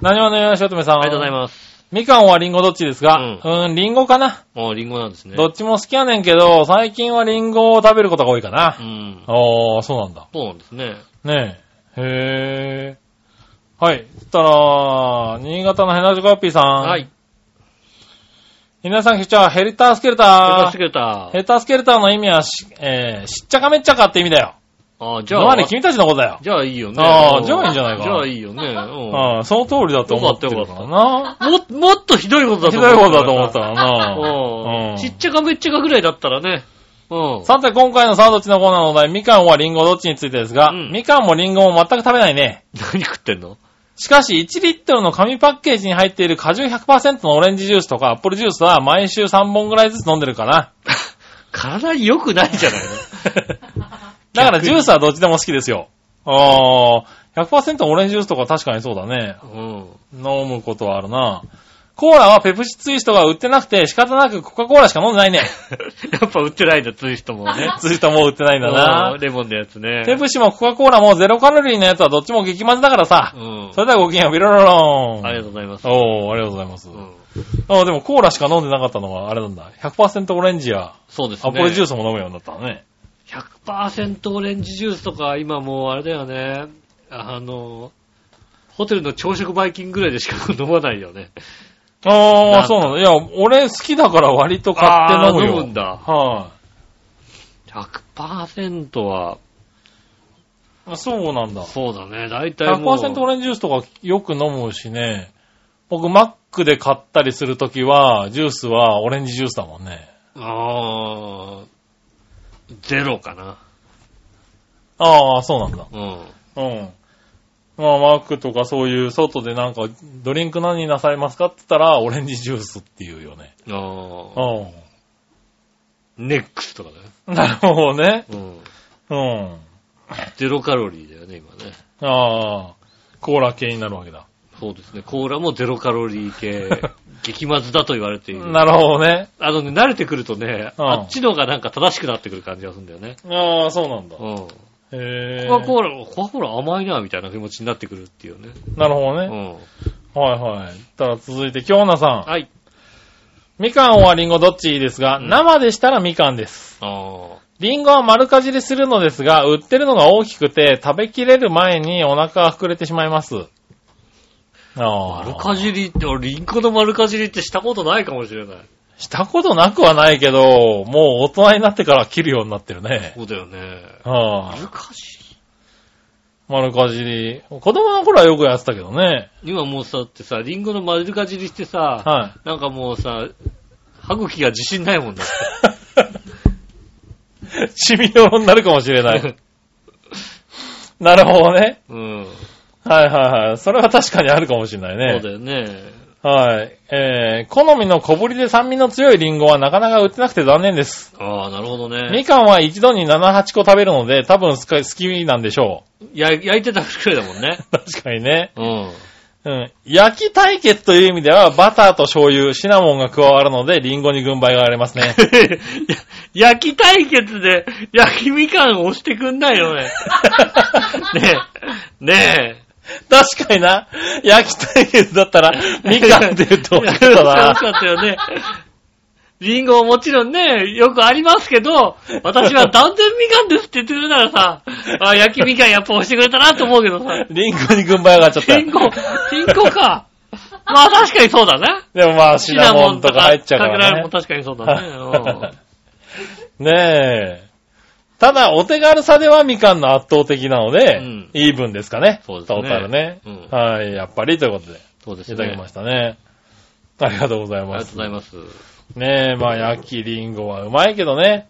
S2: 何話のよしおとめさ
S1: あ
S2: ん。
S1: りがとうございます。
S2: みかんはリンゴどっちですか
S1: うん
S2: ーん、リンゴかな。
S1: もうリンゴなんですね。
S2: どっちも好きやねんけど、最近はリンゴを食べることが多いかな
S1: う。ん。
S2: ああ、そうなんだ。
S1: そうなんですね。
S2: ねえ。へえ。はい。そしたら、新潟のヘナジョコッピーさん。
S1: はい。。
S2: 皆さん、こんにちは。ヘルタースケル
S1: あ
S2: タ
S1: して
S2: ー。
S1: くれた。
S2: ヘルタースケルターの意味はし、えー、しっちゃかめっちゃかって意味だよ。
S1: あじ
S2: つ
S1: ゃ
S2: ま
S1: あ、
S2: り君たちのことだよ。
S1: じゃあいいよね。
S2: あ
S1: う
S2: ー
S1: ん
S2: じゃあいいんじゃないか
S1: じゃあいいよね。 うん
S2: うん、その通りだと思ってるからな。
S1: も、もっとひどいことだ
S2: ひ
S1: と
S2: ど
S1: 思
S2: い
S1: った。
S2: ことだと思ったからな。
S1: う。
S2: うんん
S1: ちっちゃかめっちゃかぐらいだったらね。うん。
S2: さて、今回のサードッチのコーナーのお題、みかんはリンゴどっちについてですが、
S1: うん
S2: みかんもリンゴも全く食べないね。
S1: 何食ってんの
S2: しかし、1リットルの紙パッケージに入っている果汁100%のオレンジジュースとかアップルジュースは毎週3本ぐらいずつ飲んでる かな。
S1: 体に良くないじゃないの
S2: だからジュースはどっちでも好きですよ。ああ、100%オレンジジュースとか確かにそうだね。
S1: うん。
S2: 飲むことはあるな。コーラはペプシツイストが売ってなくて仕方なくコカ・コーラしか飲んでないね。
S1: やっぱ売ってないんだ、ツイストもね。
S2: ツイストもう売ってないんだ
S1: う。
S2: なん
S1: レモンのやつね。
S2: ペプシもコカ・コーラもゼロカロリーのやつはどっちも激マズだからさ
S1: う。ん。
S2: それではごきげんよう、ビロロローン。
S1: ありがとうございます。
S2: おー、ありがとうございます。
S1: うん
S2: ああ、でもコーラしか飲んでなかったのはあれなんだ。100%オレンジや
S1: そうです
S2: ア
S1: ね。
S2: ップルジュースも飲むようになったのね。
S1: 100%オレンジジュースとか、今もうあれだよね。あの、ホテルの朝食バイキングぐらいでしか飲まないよね。
S2: あ
S1: なんだ
S2: あ、そうなんだ。いや、俺好きだから割と買って飲む
S1: あー
S2: よ。
S1: 飲むんだ。
S2: はい、
S1: 100%は、
S2: あそうなんだ。
S1: そうだね。大体もう。
S2: 100%オレンジジュースとかよく飲むしね。僕、マックで買ったりするときは、ジュースはオレンジジュースだもんね。
S1: ああ、ゼロかな。
S2: ああ、そうなんだ。
S1: うん。
S2: うん。まあ、マックとかそういう、外でなんか、ドリンク何になさいますかって言ったら、オレンジジュースっていうよね。
S1: ああ、
S2: う
S1: ネックスとかだね。
S2: ん。なるほどね。
S1: うん。
S2: うん。
S1: ゼロカロリーだよね、今ね。
S2: ああ、コーラ系になるわけだ。
S1: そうですね。コーラもゼロカロリー 系、激まずだと言われている。
S2: なるほどね。
S1: あのね、慣れてくるとね、
S2: うん
S1: あっちのがなんか正しくなってくる感じがするんだよね。
S2: ああ、そうなんだ
S1: う。ん。コ
S2: へえ。
S1: カ・コーラ、コカ・コーラ甘いな、みたいな気持ちになってくるっていうね。
S2: なるほど
S1: う
S2: ね。
S1: ん。
S2: はいはい。たら続いて、京奈さん。
S1: はい。
S2: みかんはリンゴどっちいいですが、
S1: うん
S2: 生でしたらみかんです。
S1: あ
S2: リンゴは丸かじりするのですが、売ってるのが大きくて、食べきれる前にお腹が膨れてしまいます。
S1: あ。
S2: ああ。
S1: 丸かじりって、俺、リンゴの丸かじりってしたことないかもしれない。
S2: したことなくはないけど、もう大人になってから切るようになってるね。
S1: そうだよね。
S2: はあ、
S1: 丸かじり
S2: 丸かじり。子供の頃はよくやってたけどね。
S1: 今もうさ、だってさ、リンゴの丸かじりしてさ、
S2: は
S1: なんかもうさ、歯茎が自信ないもんだって。
S2: い。シミドロになるかもし れない。なるほどね。
S1: うん。
S2: はいはいはい。それは確かにあるかもしれないね。
S1: そうだよね。
S2: はい。えー、好みの小ぶりで酸味の強いリンゴはなかなか売ってなくて残念です。
S1: ああ、なるほど
S2: み
S1: ね。
S2: かんは一度に7、8個食べるので、多分すか好きなんでしょ
S1: や焼いてたくらいだもん ね。
S2: う。確かにね。
S1: うん。。
S2: うん。焼き対決という意味では、バターと醤油、シナモンが加わるので、リンゴに軍配が上がりますね
S1: や 焼き対決で焼きみかんを押してくんないよね。ねえ。ねえ。
S2: 確かにな。焼き対決だったら、みかんって言ってほしかった
S1: 楽
S2: な
S1: し。かったよね。リンゴももちろんね、よくありますけど、私は断然みかんですって言ってくれたらさ、あ焼きみかんやっぱ押してくれたなと思うけどさ、
S2: リンゴに軍配上がっちゃった。
S1: リンゴ、リンゴか。まあ確かにそうだね。
S2: でもまあ、シナモンとか入っちゃうからね
S1: シナモンと。かかけられるも確かにそうだね。うん
S2: ねえ。ただ、お手軽さではみかんの圧倒的なので、
S1: うん
S2: イーブンですかね。
S1: そうですね
S2: トータルね。
S1: うん
S2: はい、やっぱりということで、
S1: そうです
S2: い
S1: ね。
S2: ただきましたね。ありがとうござい
S1: あり
S2: ま
S1: がとう
S2: す。
S1: ございます。
S2: ねえ、まあ、焼きりんごはうまいけどね。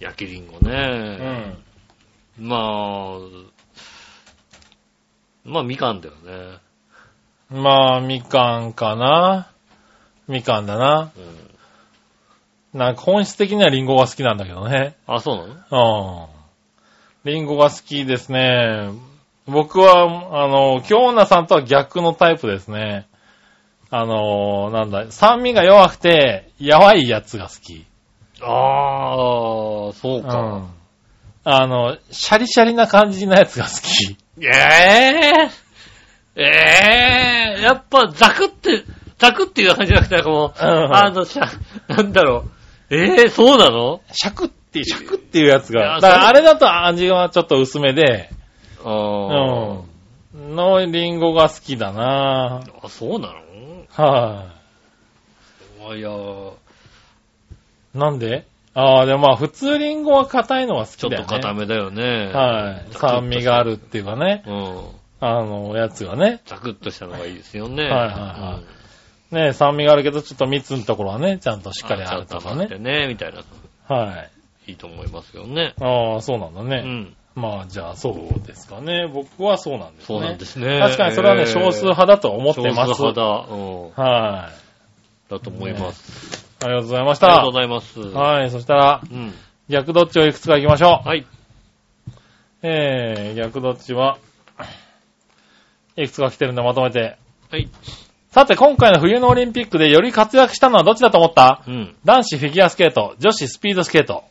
S1: 焼きりんご
S2: う
S1: ね。
S2: ん。
S1: まあ、まあみかんだよね。
S2: まあ、みかんかな。みかんだな。
S1: うん、
S2: なんか本質的にはりんごが好きなんだけどね。
S1: あ、そうなの
S2: うん。リンゴが好きですね。僕は、あの、京奈さんとは逆のタイプですね。あの、なんだ、酸味が弱くて、やばいやつが好き。
S1: ああ、そう
S2: う
S1: か。
S2: ん。あの、シャリシャリな感じのやつが好き。
S1: ええええやっぱザクって、ザクっていう感じじゃなくて、なんかもう、
S2: うん
S1: あの、しゃ、なんだろう。ええそうなの
S2: シャクって、シャクっていうやつ
S1: いや
S2: が。だからあれだと味はちょっと薄めで、う
S1: あ
S2: ん。のリンゴが好きだな
S1: あ、あ、そうなの
S2: はい、
S1: あいやー
S2: なんでああ、でもまあ普通リンゴは硬いのは好
S1: ちょ
S2: き
S1: っ
S2: だよ
S1: と
S2: ね。
S1: 固めだよね。
S2: はい。酸味があるっていうかね、
S1: うん。
S2: あの、やつがね。
S1: ザクッとしたのがいいですよね。
S2: はいはいはいね、酸味があるけど、ちょっと蜜のところはね、ちゃんとしっかりあるとか
S1: ちゃ
S2: ね。
S1: んと黙ってね、みたいな。
S2: はい。
S1: いいと思いますよね。
S2: ああ、そうなんだ
S1: う
S2: ね。
S1: ん。
S2: まあ、じゃあ、そうですかね。僕はそうなんです
S1: そ
S2: ね。
S1: うなんですね。
S2: 確かにそれはね、
S1: えー
S2: 少数派だと思ってます。
S1: 少数派だ。うん。
S2: はい。
S1: だと思います。
S2: ありがとうございまし
S1: ありがと
S2: た
S1: うご。ざいます。い。
S2: はい。そしたら、
S1: うん。
S2: 逆どっちをいくつか行きましょう。
S1: はい。
S2: えー、逆どっちは、いくつか来てるんでまとめて。
S1: はい。
S2: さて、今回の冬のオリンピックでより活躍したのはどっちだと思った
S1: うん。
S2: 男子フィギュアスケート、女子スピードスケート。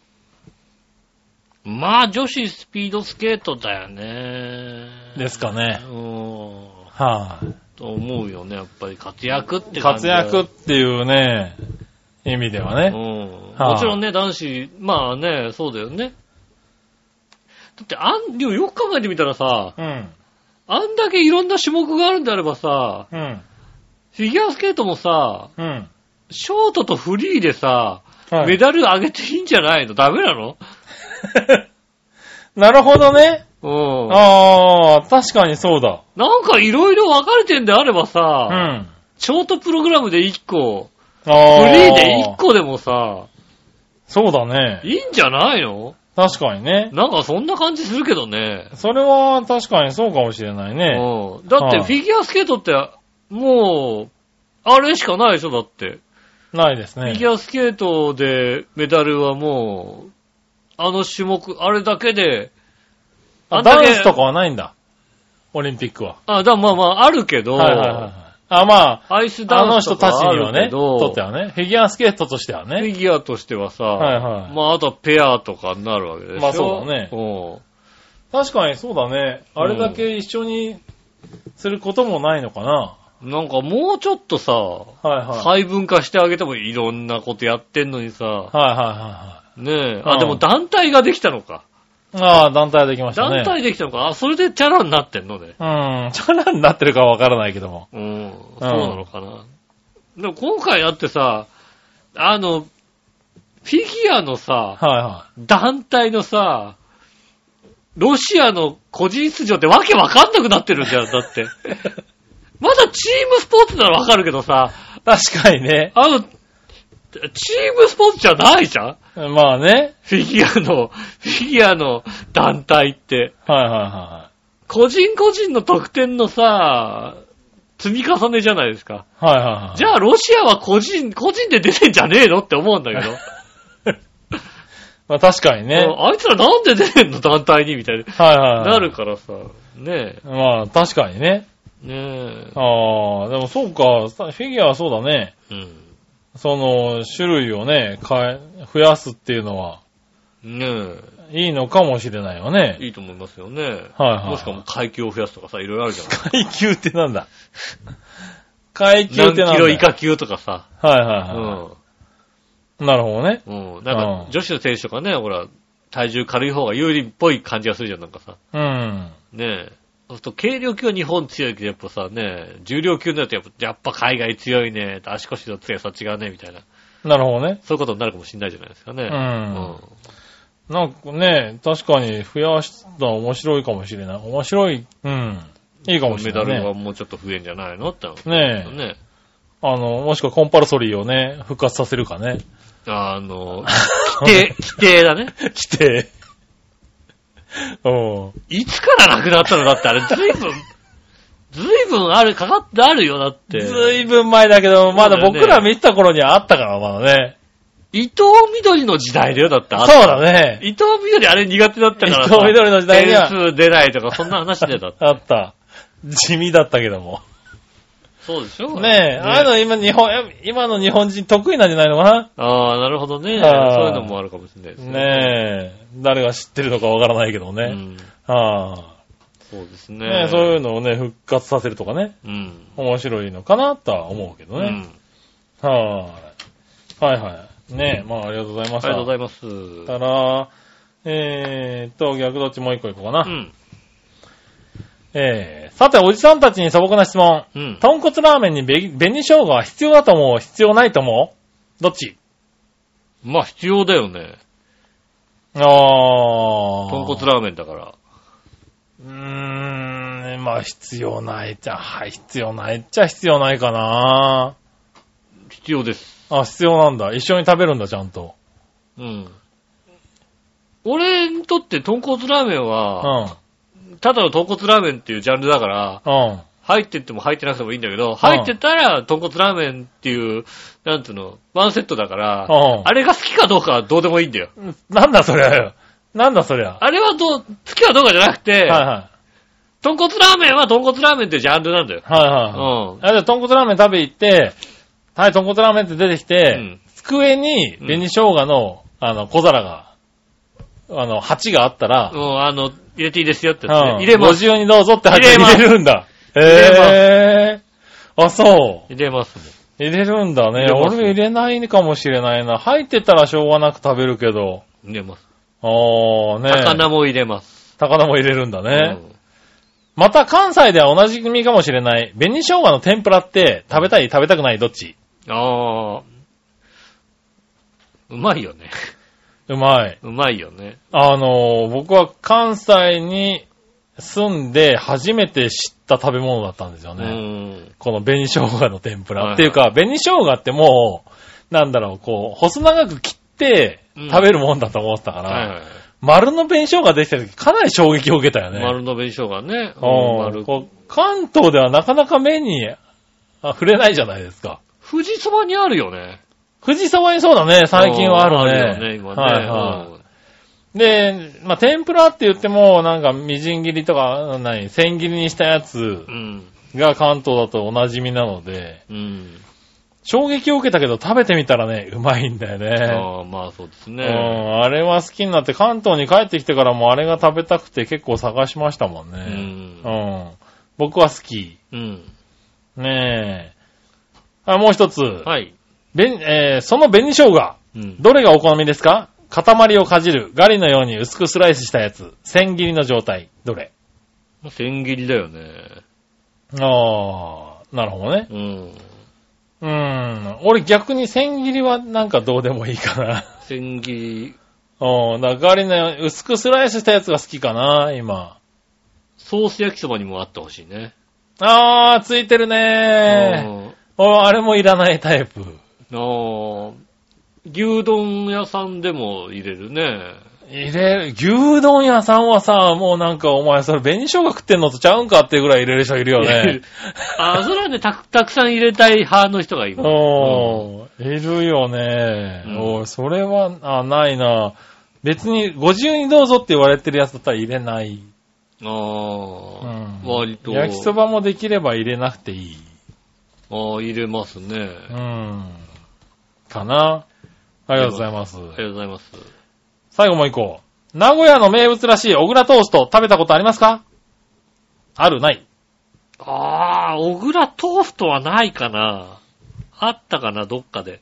S1: まあ、女子スピードスケートだよね。
S2: ですかね
S1: うん。
S2: はい、
S1: と思うよね、やっぱり活躍って感じ
S2: 活
S1: だよ
S2: 躍っていうね、意味では
S1: う
S2: ね。
S1: ん。
S2: はい
S1: もちろんね、男子、まあね、そうだよね。だって、あん、でもよく考えてみたらさ、
S2: うん。
S1: あんだけいろんな種目があるんであればさ、
S2: うん。
S1: フィギュアスケートもさ、
S2: うん。
S1: ショートとフリーでさ、
S2: はい
S1: メダル上げていいんじゃないのダメなの
S2: なるほどね。
S1: うん。
S2: ああ、確かにそうだ。
S1: なんかいろいろ分かれてんであればさ、
S2: うん。
S1: ショートプログラムで1個、
S2: あ
S1: フ
S2: あ。
S1: リーで1。個でもさ、
S2: そうだね。
S1: いいんじゃないの
S2: 確かにね。
S1: なんかそんな感じするけどね。
S2: それは確かにそうかもしれないね。
S1: うん。だって
S2: はい
S1: フィギュアスケートって、もう、あれしかないでしょ、だって。
S2: ないです
S1: フ
S2: ね
S1: ィ。ギュアスケートでメダルはもう、あの種目、あれだけで、
S2: あ、
S1: んだ
S2: ダン
S1: け
S2: スとかはないんだ。オリンピックは。
S1: あ、だ、まあまあ、あるけど、
S2: はいはいはいはい。あ、ま
S1: アイス
S2: あ、あ
S1: ダ
S2: の
S1: ンス
S2: 人
S1: と
S2: たち
S1: かあ
S2: には
S1: るけ
S2: ね、
S1: ど、
S2: とってはね、フィギュアスケートとしては
S1: フ
S2: ね。
S1: ィギュアとしてはさ、
S2: はいはい
S1: まあ、あとはペアとかになるわけでしょ。
S2: まあそうだね
S1: ね。
S2: 確かにそうだね。あれだけ一緒にすることもないのかな。
S1: うん。なんかもうちょっとさ、
S2: はいはい。はい
S1: 細分化してあげてもいろんなことやってんのにさ、
S2: はいは
S1: ねえ。
S2: う
S1: あ、
S2: ん
S1: でも団体ができたのか。
S2: いはい。ああ、団体できましたね。
S1: 団体できたのか。あ、それでチャラになってんのね。
S2: うん。チャラになってるかはわからないけども。
S1: うん。そうなのかな。でも今回だってさ、あの、フィギュアのさ、
S2: はいは
S1: 団体のさ、ロシアの個人出場ってわけわかんなくなってるじゃん、だ って。まだチームスポーツならわかるけどさ、
S2: い。確かにね。
S1: あの、チームスポーツじゃないじゃん
S2: まあね。
S1: フィギュアの、フィギュアの団体って。
S2: はいはいは
S1: 個人個人の得点のさ、積み重ねじゃないですか。
S2: い。はいはいはい。
S1: じゃあロシアは個人、個人で出てんじゃねえのって思うんだ けど。
S2: まあ確かにね。
S1: ああいつらなんで出てんの団体にみたい
S2: はいはい
S1: な。
S2: はい。
S1: なるからさ。ね
S2: まあ確かにね。
S1: え。ねえ。
S2: ああ、でもそうか、さフィギュアはそうだね。
S1: うん。
S2: その、種類をね、変え、増やすっていうのは、
S1: ね
S2: いいのかもしれないよね
S1: え。。いいと思いますよね。
S2: はいはい。
S1: もしかも階級を増やすとかさ、いろいろあるじゃない
S2: 階級ってなんだ階級ってなんだ
S1: 何キロ以下級とかさ。
S2: はいうはいは
S1: ん。
S2: い。なるほどね。
S1: うん。なんか、女子の選手とかね、ほら、体重軽い方が有利っぽい感じがするじゃん、なんかさ。
S2: うん。
S1: ねえ。そうすると、軽量級は日本強いけど、やっぱさ、ねえ、重量級になるとやっぱ、やっぱ海外強いね、足腰の強さ違うね、みたいな。
S2: なるほどね。
S1: そういうことになるかもしれないじゃないですかね。
S2: う。
S1: うん
S2: なんかね、確かに増やしたら面白いかもしれない。面白い。うん。いいかもし
S1: メ
S2: れ
S1: ダ
S2: ない、ね。
S1: ルはもうちょっと増えんじゃないのって。
S2: ねえ。
S1: ね。
S2: あの、もしくはコンパルソリーをね、復活させるかね。
S1: あの、規定、規定だね。
S2: 来て。 うん。
S1: いつからなくなったのだって、あれ、ずいぶん、ずいぶんある、かかってあるよ、だって。
S2: ずいぶん前だけど、まだ僕ら見てた頃にはあったから、まだね。
S1: 伊藤緑の時代だよ、だって。
S2: そう
S1: ね
S2: だね。
S1: 伊藤緑あれ苦手だったからさ
S2: 伊藤みどりの時代には
S1: 点数出ないとか、そんな話でだった。
S2: あった。地味だったけども。
S1: そうでしょ
S2: ねえ、ああいうの今日本、今の日本人得意なんじゃないのか
S1: ああ、なるほどね。そうい
S2: あー
S1: うのもあるかもしれないです
S2: なねえ、誰が知ってるのかわからないけど
S1: え
S2: ね。はあ、
S1: そうですね。
S2: ねえ、そういうのをね、復活させるとかね、
S1: うん。
S2: 面白いのかなとは思うけど
S1: うん。
S2: ね。はあ、はいはい。ねえ、まあありがとうござい
S1: あ
S2: ま
S1: り
S2: した。
S1: がとうござ
S2: い
S1: います。う
S2: たら、えーっと、逆どっちもう一個いこうかな。
S1: ん。
S2: えー、さて、おじさんたちに素朴な質問。
S1: うん。
S2: 豚骨ラーメンにべ紅生姜は必要だと思う必要ないと思うどっち
S1: まあ必要だよね。
S2: ああ。
S1: 豚骨ラーメンだから。
S2: うーん、まあ必要ないじゃ、はい、必要ないっちゃ必要ないかな
S1: 必要です。
S2: あ、必要なんだ。一緒に食べるんだ、ちゃんと。
S1: うん。俺にとって豚骨ラーメン
S2: うん。
S1: は、
S2: うん。
S1: ただの豚骨ラーメンっていうジャンルだから、
S2: は
S1: 入ってっても入ってなくてもいいんだけど、入ってたら豚骨ラーメンっていう、なんつうの、ワンセットだから、
S2: うん
S1: あれが好きかどうかはどうでもいいんだよ。
S2: なんだそりゃよ。なんだそりゃ。は
S1: あれはどう、好きかどうかじゃなくて、
S2: いは
S1: 豚骨ラーメンは豚骨ラーメンってジャンルなんだよ
S2: い。。はいはい。
S1: う
S2: あ、じゃあ、豚骨ラーメン食べ行って、はい、豚骨ラーメンって出てきて、
S1: ん。
S2: 机に
S1: うん
S2: 紅生姜の、あの、小皿が、あの、鉢があったら
S1: う、ん。あの、入れていいですよって
S2: うん
S1: やつね、入れます。
S2: ご自由にどうぞって入って
S1: 入れます
S2: 入れるんだ。
S1: れ
S2: へー。あ、そう。
S1: 入れますもん。
S2: 入れるんだね
S1: 入。れます
S2: 俺入れないかもしれないな。入ってたらしょうがなく食べるけど。
S1: 入れます。
S2: ああね。
S1: 魚も入れます。
S2: 高菜も入れるんだね。
S1: うん
S2: また関西ではおなじみかもしれない。紅生姜の天ぷらって食べたい食べたくないどっち
S1: ああ。うまいよね。
S2: ううまい。
S1: うまいよね。
S2: あの、僕は関西に住んで初めて知った食べ物だったんですよ
S1: う
S2: ね。
S1: ん。
S2: この紅生姜の天ぷら。
S1: はいはい
S2: っていうか、紅生姜ってもう、なんだろう、こう、細長く切って
S1: うん
S2: 食べるもんだと思ってたから、
S1: はいはい。
S2: 丸の紅生姜できた時かなり衝撃を受けたよね。
S1: 丸の紅生姜ね。
S2: うん
S1: 丸。
S2: こう関東ではなかなか目にあ触れないじゃないですか。
S1: 富士そばにあるよね。
S2: 藤沢にそうだね、最近はあるね。
S1: あるよね、今ね。
S2: はいはい。で、まあ、天ぷらって言っても、なんか、みじん切りとか、何、千切りにしたやつ
S1: うん。
S2: が関東だとおなじみなので、
S1: うん。
S2: 衝撃を受けたけど食べてみたらね、うまいんだよね。
S1: ああ、まあそうです
S2: う
S1: ね。
S2: ん、あれは好きになって、関東に帰ってきてからもあれが食べたくて結構探しましたもん
S1: う。
S2: ね。うんん。僕は好き。
S1: うん。
S2: ねえ。あ、もう一つ。
S1: はい。
S2: べんえーその紅生姜。
S1: うん。
S2: どれがお好みですか塊をかじる。ガリのように薄くスライスしたやつ。千切りの状態。どれ
S1: 千切りだよね。
S2: ああ、なるほどね。
S1: うん。
S2: うん。俺逆に千切りはなんかどうでもいいかな。
S1: 千切り、
S2: うん、だからガリの薄くスライスしたやつが好きかな、今。
S1: ソース焼きそばにもあってほしいね。
S2: あー、ついてるね
S1: え。
S2: ー。おあれもいらないタイプ。
S1: あー牛丼屋さんでも入れるね。
S2: 入れる、牛丼屋さんはさ、もうなんかお前それ紅生姜食ってんのとちゃうんかっていうぐらい入れる人いるよね。
S1: あーそれはね、たく、たくさん入れたい派の人がいる。
S2: おー、いるよね
S1: うん
S2: おーそれは、あ、ないな別に、ご自由にどうぞって言われてるやつだったら入れない。
S1: あ
S2: う
S1: あ
S2: ん、
S1: 割と。
S2: 焼きそばもできれば入れなくていい。
S1: あー入れますね。
S2: うん。かな。ありがとうございます。
S1: ありがとうございます。
S2: 最後もう一個。名古屋の名物らしい小倉トースト食べたことありますかあるない
S1: ああ、小倉トーストはないかな。あったかな、どっかで。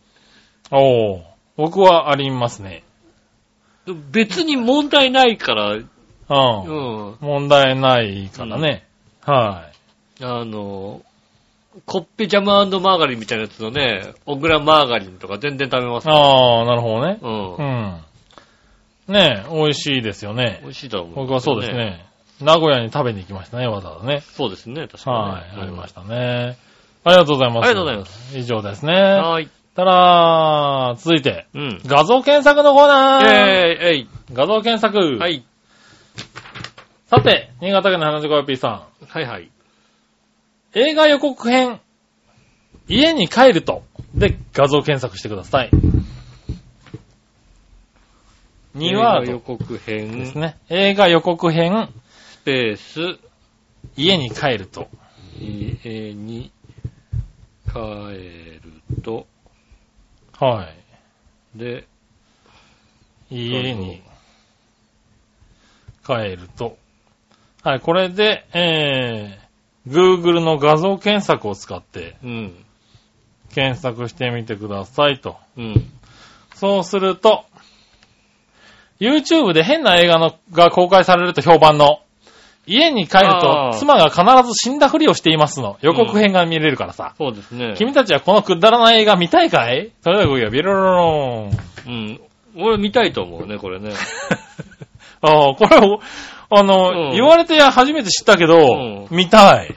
S2: おー。僕はありますね。
S1: でも別に問題ないから、うん。
S2: うん。
S1: あ
S2: 問題ないからね。はい。
S1: の、コッペジャムマーガリンみたいなやつのね、小倉マーガリンとか全然食べます。
S2: あー、なるほどね。
S1: うん
S2: う。ん。ねえ、美味しいですよ
S1: 美
S2: ね。
S1: 味しいとは思う、
S2: 僕はそうです。ね。名古屋に食べに行きましたね、わざわざね。
S1: そうですね、確かに、。
S2: はい、ありましたたね。ありがとうございます。。
S1: ありがとうございます
S2: 以上ですね。
S1: はーい。
S2: たらー、続いて、
S1: うん。
S2: 画像検索のコーナー、
S1: えい、え
S2: 画像検索、
S1: い。はい。
S2: さて、新潟県の花子よぴーさ
S1: はいはい。
S2: ん、映画予告編、家に帰ると、で、画像検索してください。2ワ
S1: 映画予
S2: ー
S1: 告
S2: ドです
S1: 編、
S2: ね。映画予告編、
S1: スペース、
S2: 家に帰ると。
S1: 家に帰ると、
S2: は
S1: で、
S2: い。家に帰ると。はい、これで、えー、Google の画像検索を使って、
S1: うん。
S2: 検索してみてくださいと。
S1: うん。
S2: そうすると、YouTube で変な映画のが公開されると評判の、家に帰る
S1: あ
S2: と
S1: ー
S2: 妻が必ず死んだふりをしていますの予告編が見れるからさ。
S1: そうですね。
S2: 君たちはこのくだらない映画見たいかいそれではごきげんようビロロ ローン。
S1: うん。俺見たいと思うね、これね。
S2: ああ、これを、あの、
S1: うん
S2: 言われて初めて知ったけ
S1: う
S2: ど、見たい。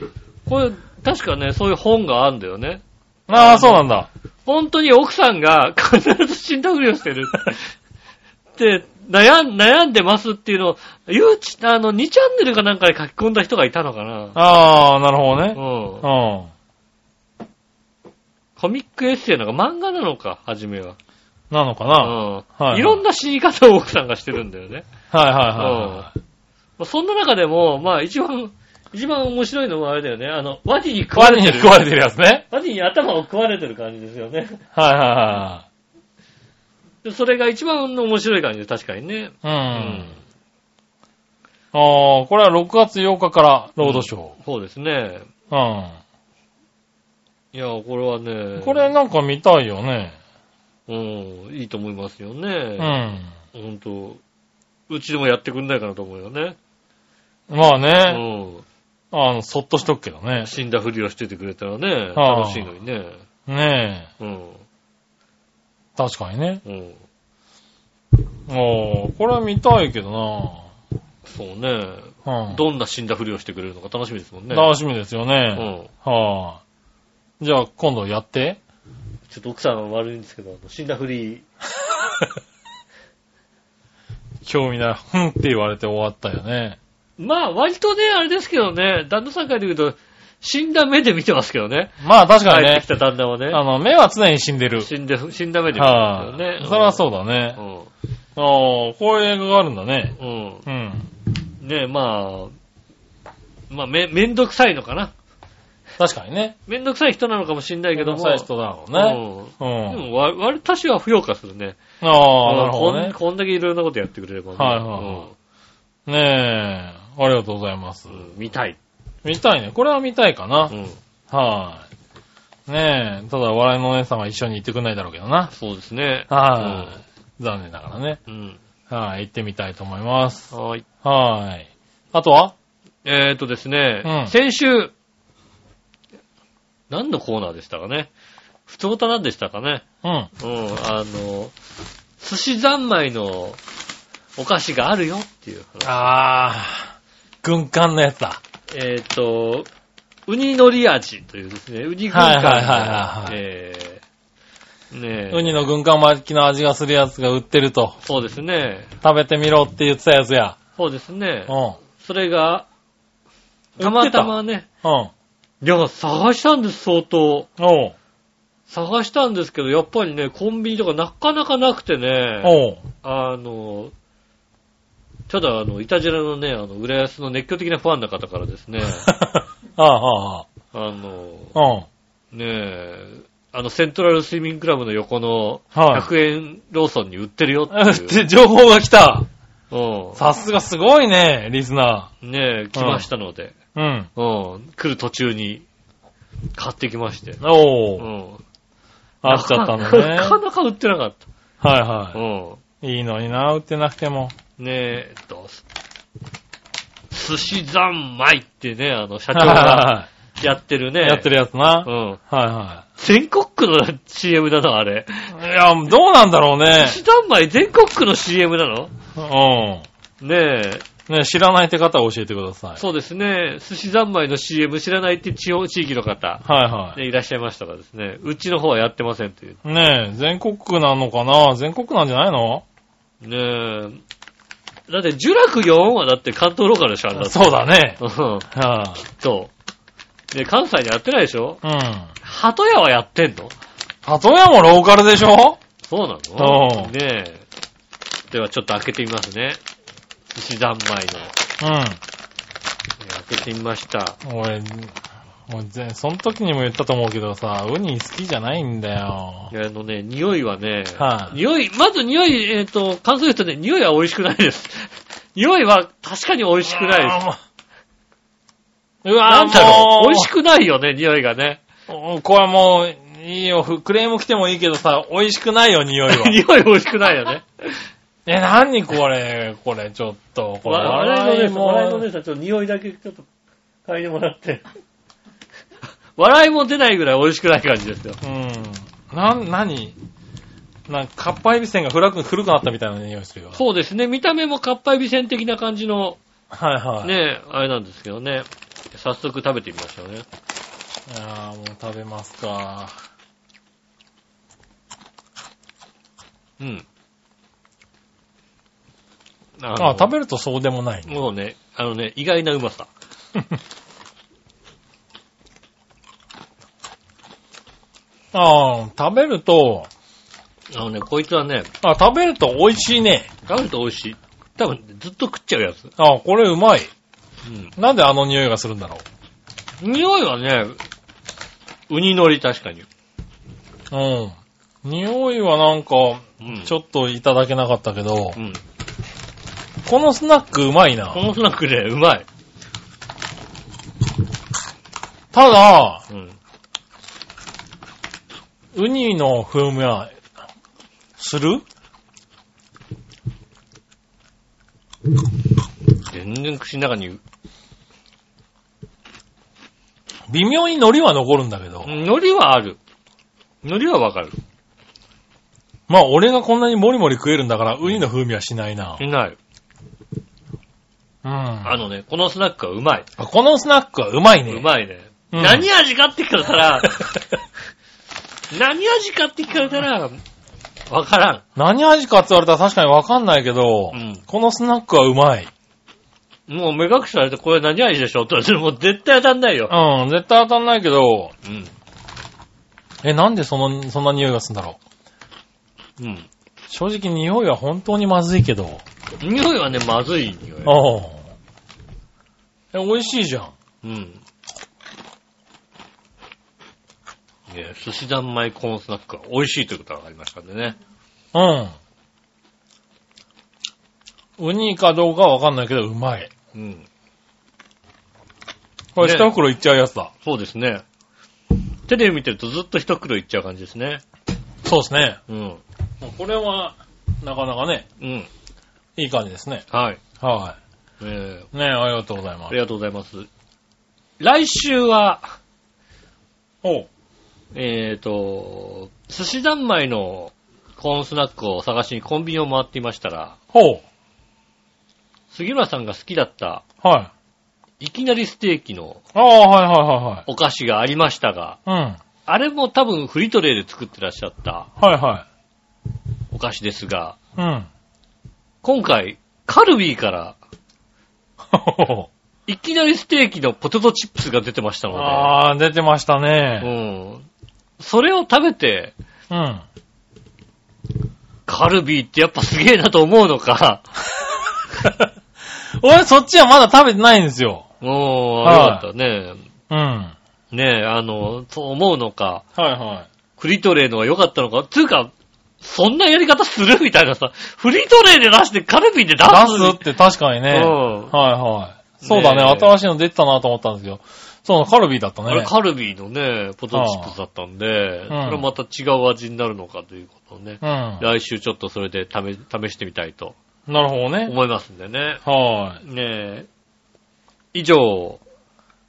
S1: これ、確かね、そういう本があるんだよね。
S2: ああ、そうなんだ。
S1: 本当に奥さんが必ず死んだふりをしてる。って、悩ん、悩んでますっていうのを、ゆうち、あの、2チャンネルかなんかで書き込んだ人がいたのかな。
S2: ああ、なるほど
S1: う
S2: ね。
S1: ん
S2: う。ん。
S1: コミックエッセイなのか、漫画なのか、はじめは。
S2: なのかな。
S1: うん。
S2: はい
S1: い、ろんな死に方を奥さんがしてるんだよね。
S2: は
S1: う
S2: いはい
S1: ん
S2: はいはい。。
S1: まあそんな中でも、まあ一番、一番面白いのはあれだよね。あの、ワニに食わ
S2: ワ
S1: れ
S2: ニ
S1: て
S2: に
S1: る。
S2: 食われてるやつね。
S1: ワニに頭を食われてる感じですよね。
S2: はいはいはい。
S1: でそれが一番の面白い感じで、確かにね。
S2: う。。
S1: うん
S2: ああ、これは6月8日からロードショー。
S1: そうですね。
S2: う
S1: いや、これはね。
S2: ん。これなんか見たいよね。
S1: うん、いいと思いますよ
S2: う
S1: ね。
S2: ん。
S1: ほんと。うちでもやってくんないかなと思うよね。
S2: まあ
S1: う
S2: ね、
S1: ん。
S2: あの、そっとしとくけどね。
S1: 死んだふりをしててくれたらね、
S2: ああ
S1: 楽しいのにね。
S2: ね
S1: うん。
S2: え。確かにね。
S1: うん。
S2: うおー、これは見たいけどな
S1: そうね。
S2: うん。
S1: どんな死んだふりをしてくれるのか楽しみですもんね。
S2: 楽しみですよ
S1: う
S2: ね。
S1: ん。
S2: はあ。じゃあ、今度やって。
S1: ちょっと奥さんは悪いんですけど、あの死んだふり、
S2: 興味ない。ふんって言われて終わったよね。
S1: まあ割とね、あれですけどね、旦那さんから言うと、死んだ目で見てますけどね。
S2: まあ、確かに
S1: 帰って
S2: ね
S1: き。た旦那は
S2: あ
S1: ね。
S2: の、目は常に死んでる。
S1: 死んだ、死んだ目で見て
S2: は
S1: ますけ
S2: あ
S1: どね。。
S2: それはそうだね。ああ、こういう映画があるんだね。
S1: うん。うん。
S2: うん。
S1: ねえ、まあ、まあめ、めんどくさいのかな。
S2: 確かにね。
S1: めんどくさい人なのかもしんないけども。
S2: 細い人だろうね。う
S1: うん。で
S2: ん。
S1: も、わ割と私は不評価するね。
S2: ああ、なるほど
S1: う
S2: ね
S1: ん。こんこんだけいろんなことやってくれればね。
S2: はいはいはねえ。ありがとうございます
S1: う。んうん見たい。
S2: 見たいね。これは見たいかな
S1: う。ん。
S2: はい。ねえ。ただ、笑いのお姉さんは一緒に行ってくんないだろうけどな。
S1: そうですね。
S2: はい。残念ながらね。
S1: うん。
S2: はい。行ってみたいと思います。
S1: はーい。
S2: はい。あとは
S1: えーとですね、
S2: うん
S1: 先週、何のコーナーでしたかね普通歌なんでしたかね
S2: うん。
S1: うん、あの、寿司三昧のお菓子があるよっていう話。
S2: あー、軍艦のやつだ。
S1: えっ、と、ウニのり味というですね、ウニ軍艦の、
S2: はいはいはいはい
S1: えー、ねえ
S2: ウニの軍艦巻きの味がするやつが売ってると。
S1: そうですね。
S2: 食べてみろって言ってたやつや。
S1: そうですね
S2: う。ん。
S1: それが、
S2: 売って
S1: た
S2: た
S1: またまね、
S2: うん。
S1: いや、探したんです、相当。
S2: おう。
S1: 探したんですけど、やっぱりね、コンビニとかなかなかなくてね、
S2: おう。
S1: あの、ただ、あの、イタジラのね、あの、浦安の熱狂的なファンの方から ですね、
S2: ああ、あ
S1: あの、
S2: あ、うん。
S1: ねえ、あの、セントラルスイミングクラブの横の
S2: はい
S1: 100円ローソンに売ってるよって
S2: あ。
S1: いう。
S2: で、 情報が来た。
S1: う
S2: さすがすごいね、リスナ
S1: ん。ねえ、来ましたので、
S2: ー。うん。
S1: うん。来る途中に買ってきまして。
S2: お
S1: う
S2: う。
S1: ん。
S2: あっちゃったんだね。
S1: なかなか売ってなかっ
S2: はい
S1: た。う
S2: は
S1: ん。
S2: い。いいのにな、売ってなくても。
S1: ねえ、えっと、寿司三昧ってね、あの、社長がやってるね。
S2: やって
S1: る。
S2: るやつな。
S1: うん。
S2: はいは
S1: 全国区の CM だな、あれ。
S2: い。いや、どうなんだろうね
S1: 寿。司三昧全国区の CM なの
S2: う
S1: ねえ、
S2: ん。ね、知らないって方を教えてください。
S1: そうですね、寿司三昧の CM 知らないって地方、地域の方、
S2: はいは
S1: ね、いらっしゃいましたらですね、うちの方はやってませんという。
S2: い。ねえ、全国区なのかな全国区なんじゃないの
S1: ねえ、だって、呪楽4はだって関東ローカルでしょ、あれだって。
S2: そうだね。
S1: うん、
S2: は
S1: そう。ね関西でやってないでしょ
S2: い。うん。
S1: 鳩屋はやってんの
S2: 鳩屋もローカルでしょ
S1: そうなの
S2: う
S1: ね
S2: ん
S1: え。ではちょっと開けてみますね。石三昧の。ね
S2: う
S1: 開けてみました。
S2: ん。俺、俺ぜ、その時にも言ったと思うけどさ、ウニ好きじゃないんだよ
S1: い。やあのね、匂いはね、
S2: はい
S1: 匂い、まず匂い、えっ、と、感想言うとね、匂いは美味しくないです。 匂いは確かに美味しくないです。
S2: うわ
S1: な
S2: ぁ、
S1: んだろ
S2: もう、
S1: う美味しくないよね、匂いがね。
S2: く。これはもう、いいよ、ふクレーム来てもいいけどさ、美味しくないよ、 匂いは。
S1: 匂い美味しくないよね。
S2: え、なにこれ、これ、ちょっと、これ、
S1: わ笑いの姉さん、
S2: も
S1: 笑いの姉さん、ちょっと匂いだけちょっと嗅いでもらって。笑いも出ないぐらい美味しくない感じですよ。
S2: うん。な、なになんか、かっぱえびせんが古く、古くなったみたいな匂いするよ。
S1: そうですね、見た目もかっぱえびせん的な感じの、
S2: はいはい。
S1: ねえ、あれなんですけどね。早速食べてみましょうね。
S2: いやーもう食べますか。
S1: うん。
S2: あ、食
S1: べ
S2: べるとそうでもない。
S1: もうね、あのね、意外なうまさ。
S2: ああ、食べると、
S1: あのね、こいつはね、
S2: あ、食べると美味しいね。
S1: 食べると美味しい。多分、ずっと食っちゃうやつ。
S2: あこれうまい。
S1: う
S2: なんであの匂いがするんだろ
S1: ん。匂いはね、ウニのり確かに。
S2: う。うん。匂いはなんか、
S1: うん。
S2: ちょっといただけなかったけど
S1: う、ん。
S2: このスナックうまいな
S1: こ。のスナックね、うまい。
S2: ただ、
S1: うん。
S2: ウニの風味は、する
S1: 全然口の中に、
S2: 微妙に海苔は残るんだけど、
S1: 海苔はある。海苔はわかる。
S2: うまあ、俺がこんなにモリモリ食えるんだから、ウニの風味はしないな。
S1: いない。
S2: うん。
S1: あのね、このスナックはうまい。
S2: あこのスナックはうまいね。
S1: うまいね。
S2: うん
S1: 何味かって聞かれた ら、何味かって聞かれたら、わからん。
S2: 何味かって言われたら確かにわかんないけど、
S1: うん
S2: このスナックはうまい。
S1: もう目隠しされて、これ何味でしょって言われてもう絶対当たんないよ。
S2: うん、絶対当たんないけど、
S1: うん。
S2: え、なんでその、そんな匂いがするんだろ
S1: うん。
S2: う。正直匂いは本当にまずいけど。
S1: 匂いはね、まずい匂い。
S2: ああ。え、美味しいじゃん。
S1: うん。いや、寿司三昧コーンスナックは美味しいということが分かりましたんでね。
S2: うん。ウニかどうかはわかんないけど、うまい。
S1: うん。
S2: これ
S1: ね
S2: 一袋いっちゃうやつだ。
S1: そうですね。テレビ見てるとずっと一袋いっちゃう感じですね。
S2: そうですね。
S1: うん。
S2: もうこれは、なかなかね、
S1: うん。
S2: いい感じですね。
S1: はい。
S2: は
S1: え
S2: い。ねありがとうございま
S1: ー、あ
S2: す
S1: り。がとうございます。来週は、
S2: おう
S1: えーと、寿司三昧のコーンスナックを探しにコンビニを回っていましたら、
S2: ほう。
S1: 杉村さんが好きだった、
S2: はい。
S1: いきなりステーキの
S2: ああ、はいは
S1: お菓子がありましたが、
S2: いはいはい。うん。
S1: あれも多分フリトレーで作ってらっしゃった
S2: はいは
S1: お菓子ですが、
S2: い。うん。
S1: 今回、カルビーから、いきなりステーキのポテトチップスが出てましたの
S2: ああ、出てました
S1: で、う
S2: ね。
S1: ん。それを食べて、
S2: うん。
S1: カルビーってやっぱすげえなと思うのか、
S2: 俺、そっちはまだ食べてないんですよ。
S1: もう、
S2: はい
S1: よかったね。
S2: うん。は
S1: ねえ、あの、そう思うのか、
S2: いは
S1: フリトレーのが良かったのか、つうか、そんなやり方するみたいなさ、フリトレーで出してカルビーで出す
S2: 出すって確かにね。
S1: う
S2: はい
S1: ん
S2: はい。そうだね。
S1: ねえ
S2: 新しいの出てたなと思ったんですけど。そうだ、カルビーだった
S1: あれ
S2: ね。
S1: カルビーのね、ポテトチップスだったんで、そ
S2: ああうん
S1: れまた違う味になるのかということをね、
S2: う
S1: 来週ちょっとそれで試試してみたいと
S2: ん。なるほどね。
S1: 思いますんでね。
S2: は
S1: ねえ。以上、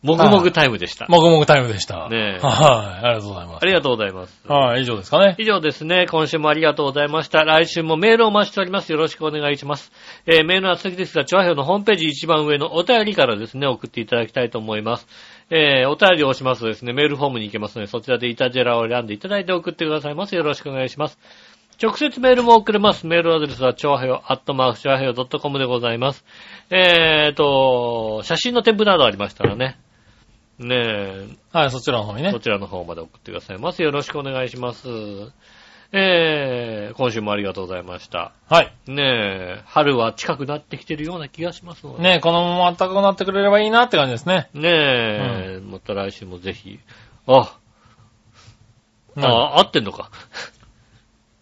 S1: もぐもぐタイムでした。
S2: い。もぐもぐタイムでした。
S1: ねえ
S2: はい。ありがとうございま
S1: ありがとうございます。
S2: す。はい、以上ですかね。
S1: 以上ですね。今週もありがとうございました。来週もメールをお待ちしております。よろしくお願いします。えーメールは続きですが、チョアヘオのホームページ一番上のお便りからですね、送っていただきたいと思います。えーお便りを押しますとですね、メールフォームに行けますので、そちらでイタジェラを選んでいただいて送ってくださいます。よろしくお願いします。直接メールも送れます。メールアドレスは、超平洋アットマーク、超平洋 .com でございます。えーと、写真の添付などありましたらね、ねえ、
S2: はい、そちらの方にね
S1: こ。ちらの方まで送ってくださいます。よろしくお願いします。えー、今週もありがとうございました。
S2: はい。
S1: ねえ、春は近くなってきてるような気がしますので。
S2: ねえこのまま暖かくなってくれればいいなって感じですね。
S1: ねえ、また来週もぜひ。あ、あ、合ってんのか。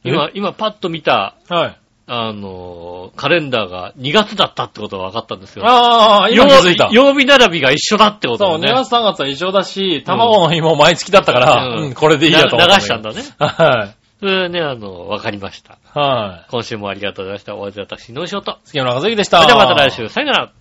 S2: え
S1: 今、今パッと見た、
S2: はい。
S1: あのー、カレンダーが2月だったってことが分かったんですよ。
S2: ああ、今気づいた。
S1: 曜日並びが一緒だってこと
S2: そう、
S1: だね。
S2: 2月3月は異常だし、卵の日も毎月だったから、
S1: うん
S2: うんこれでいいやと思
S1: な流したんだね。
S2: だ。はい。
S1: それでね、あの、分かりました。
S2: はい。
S1: 今週もありがとうございました。お会いいたし、井上翔と。
S2: 杉村和之でした。
S1: それではまた来週。さよなら。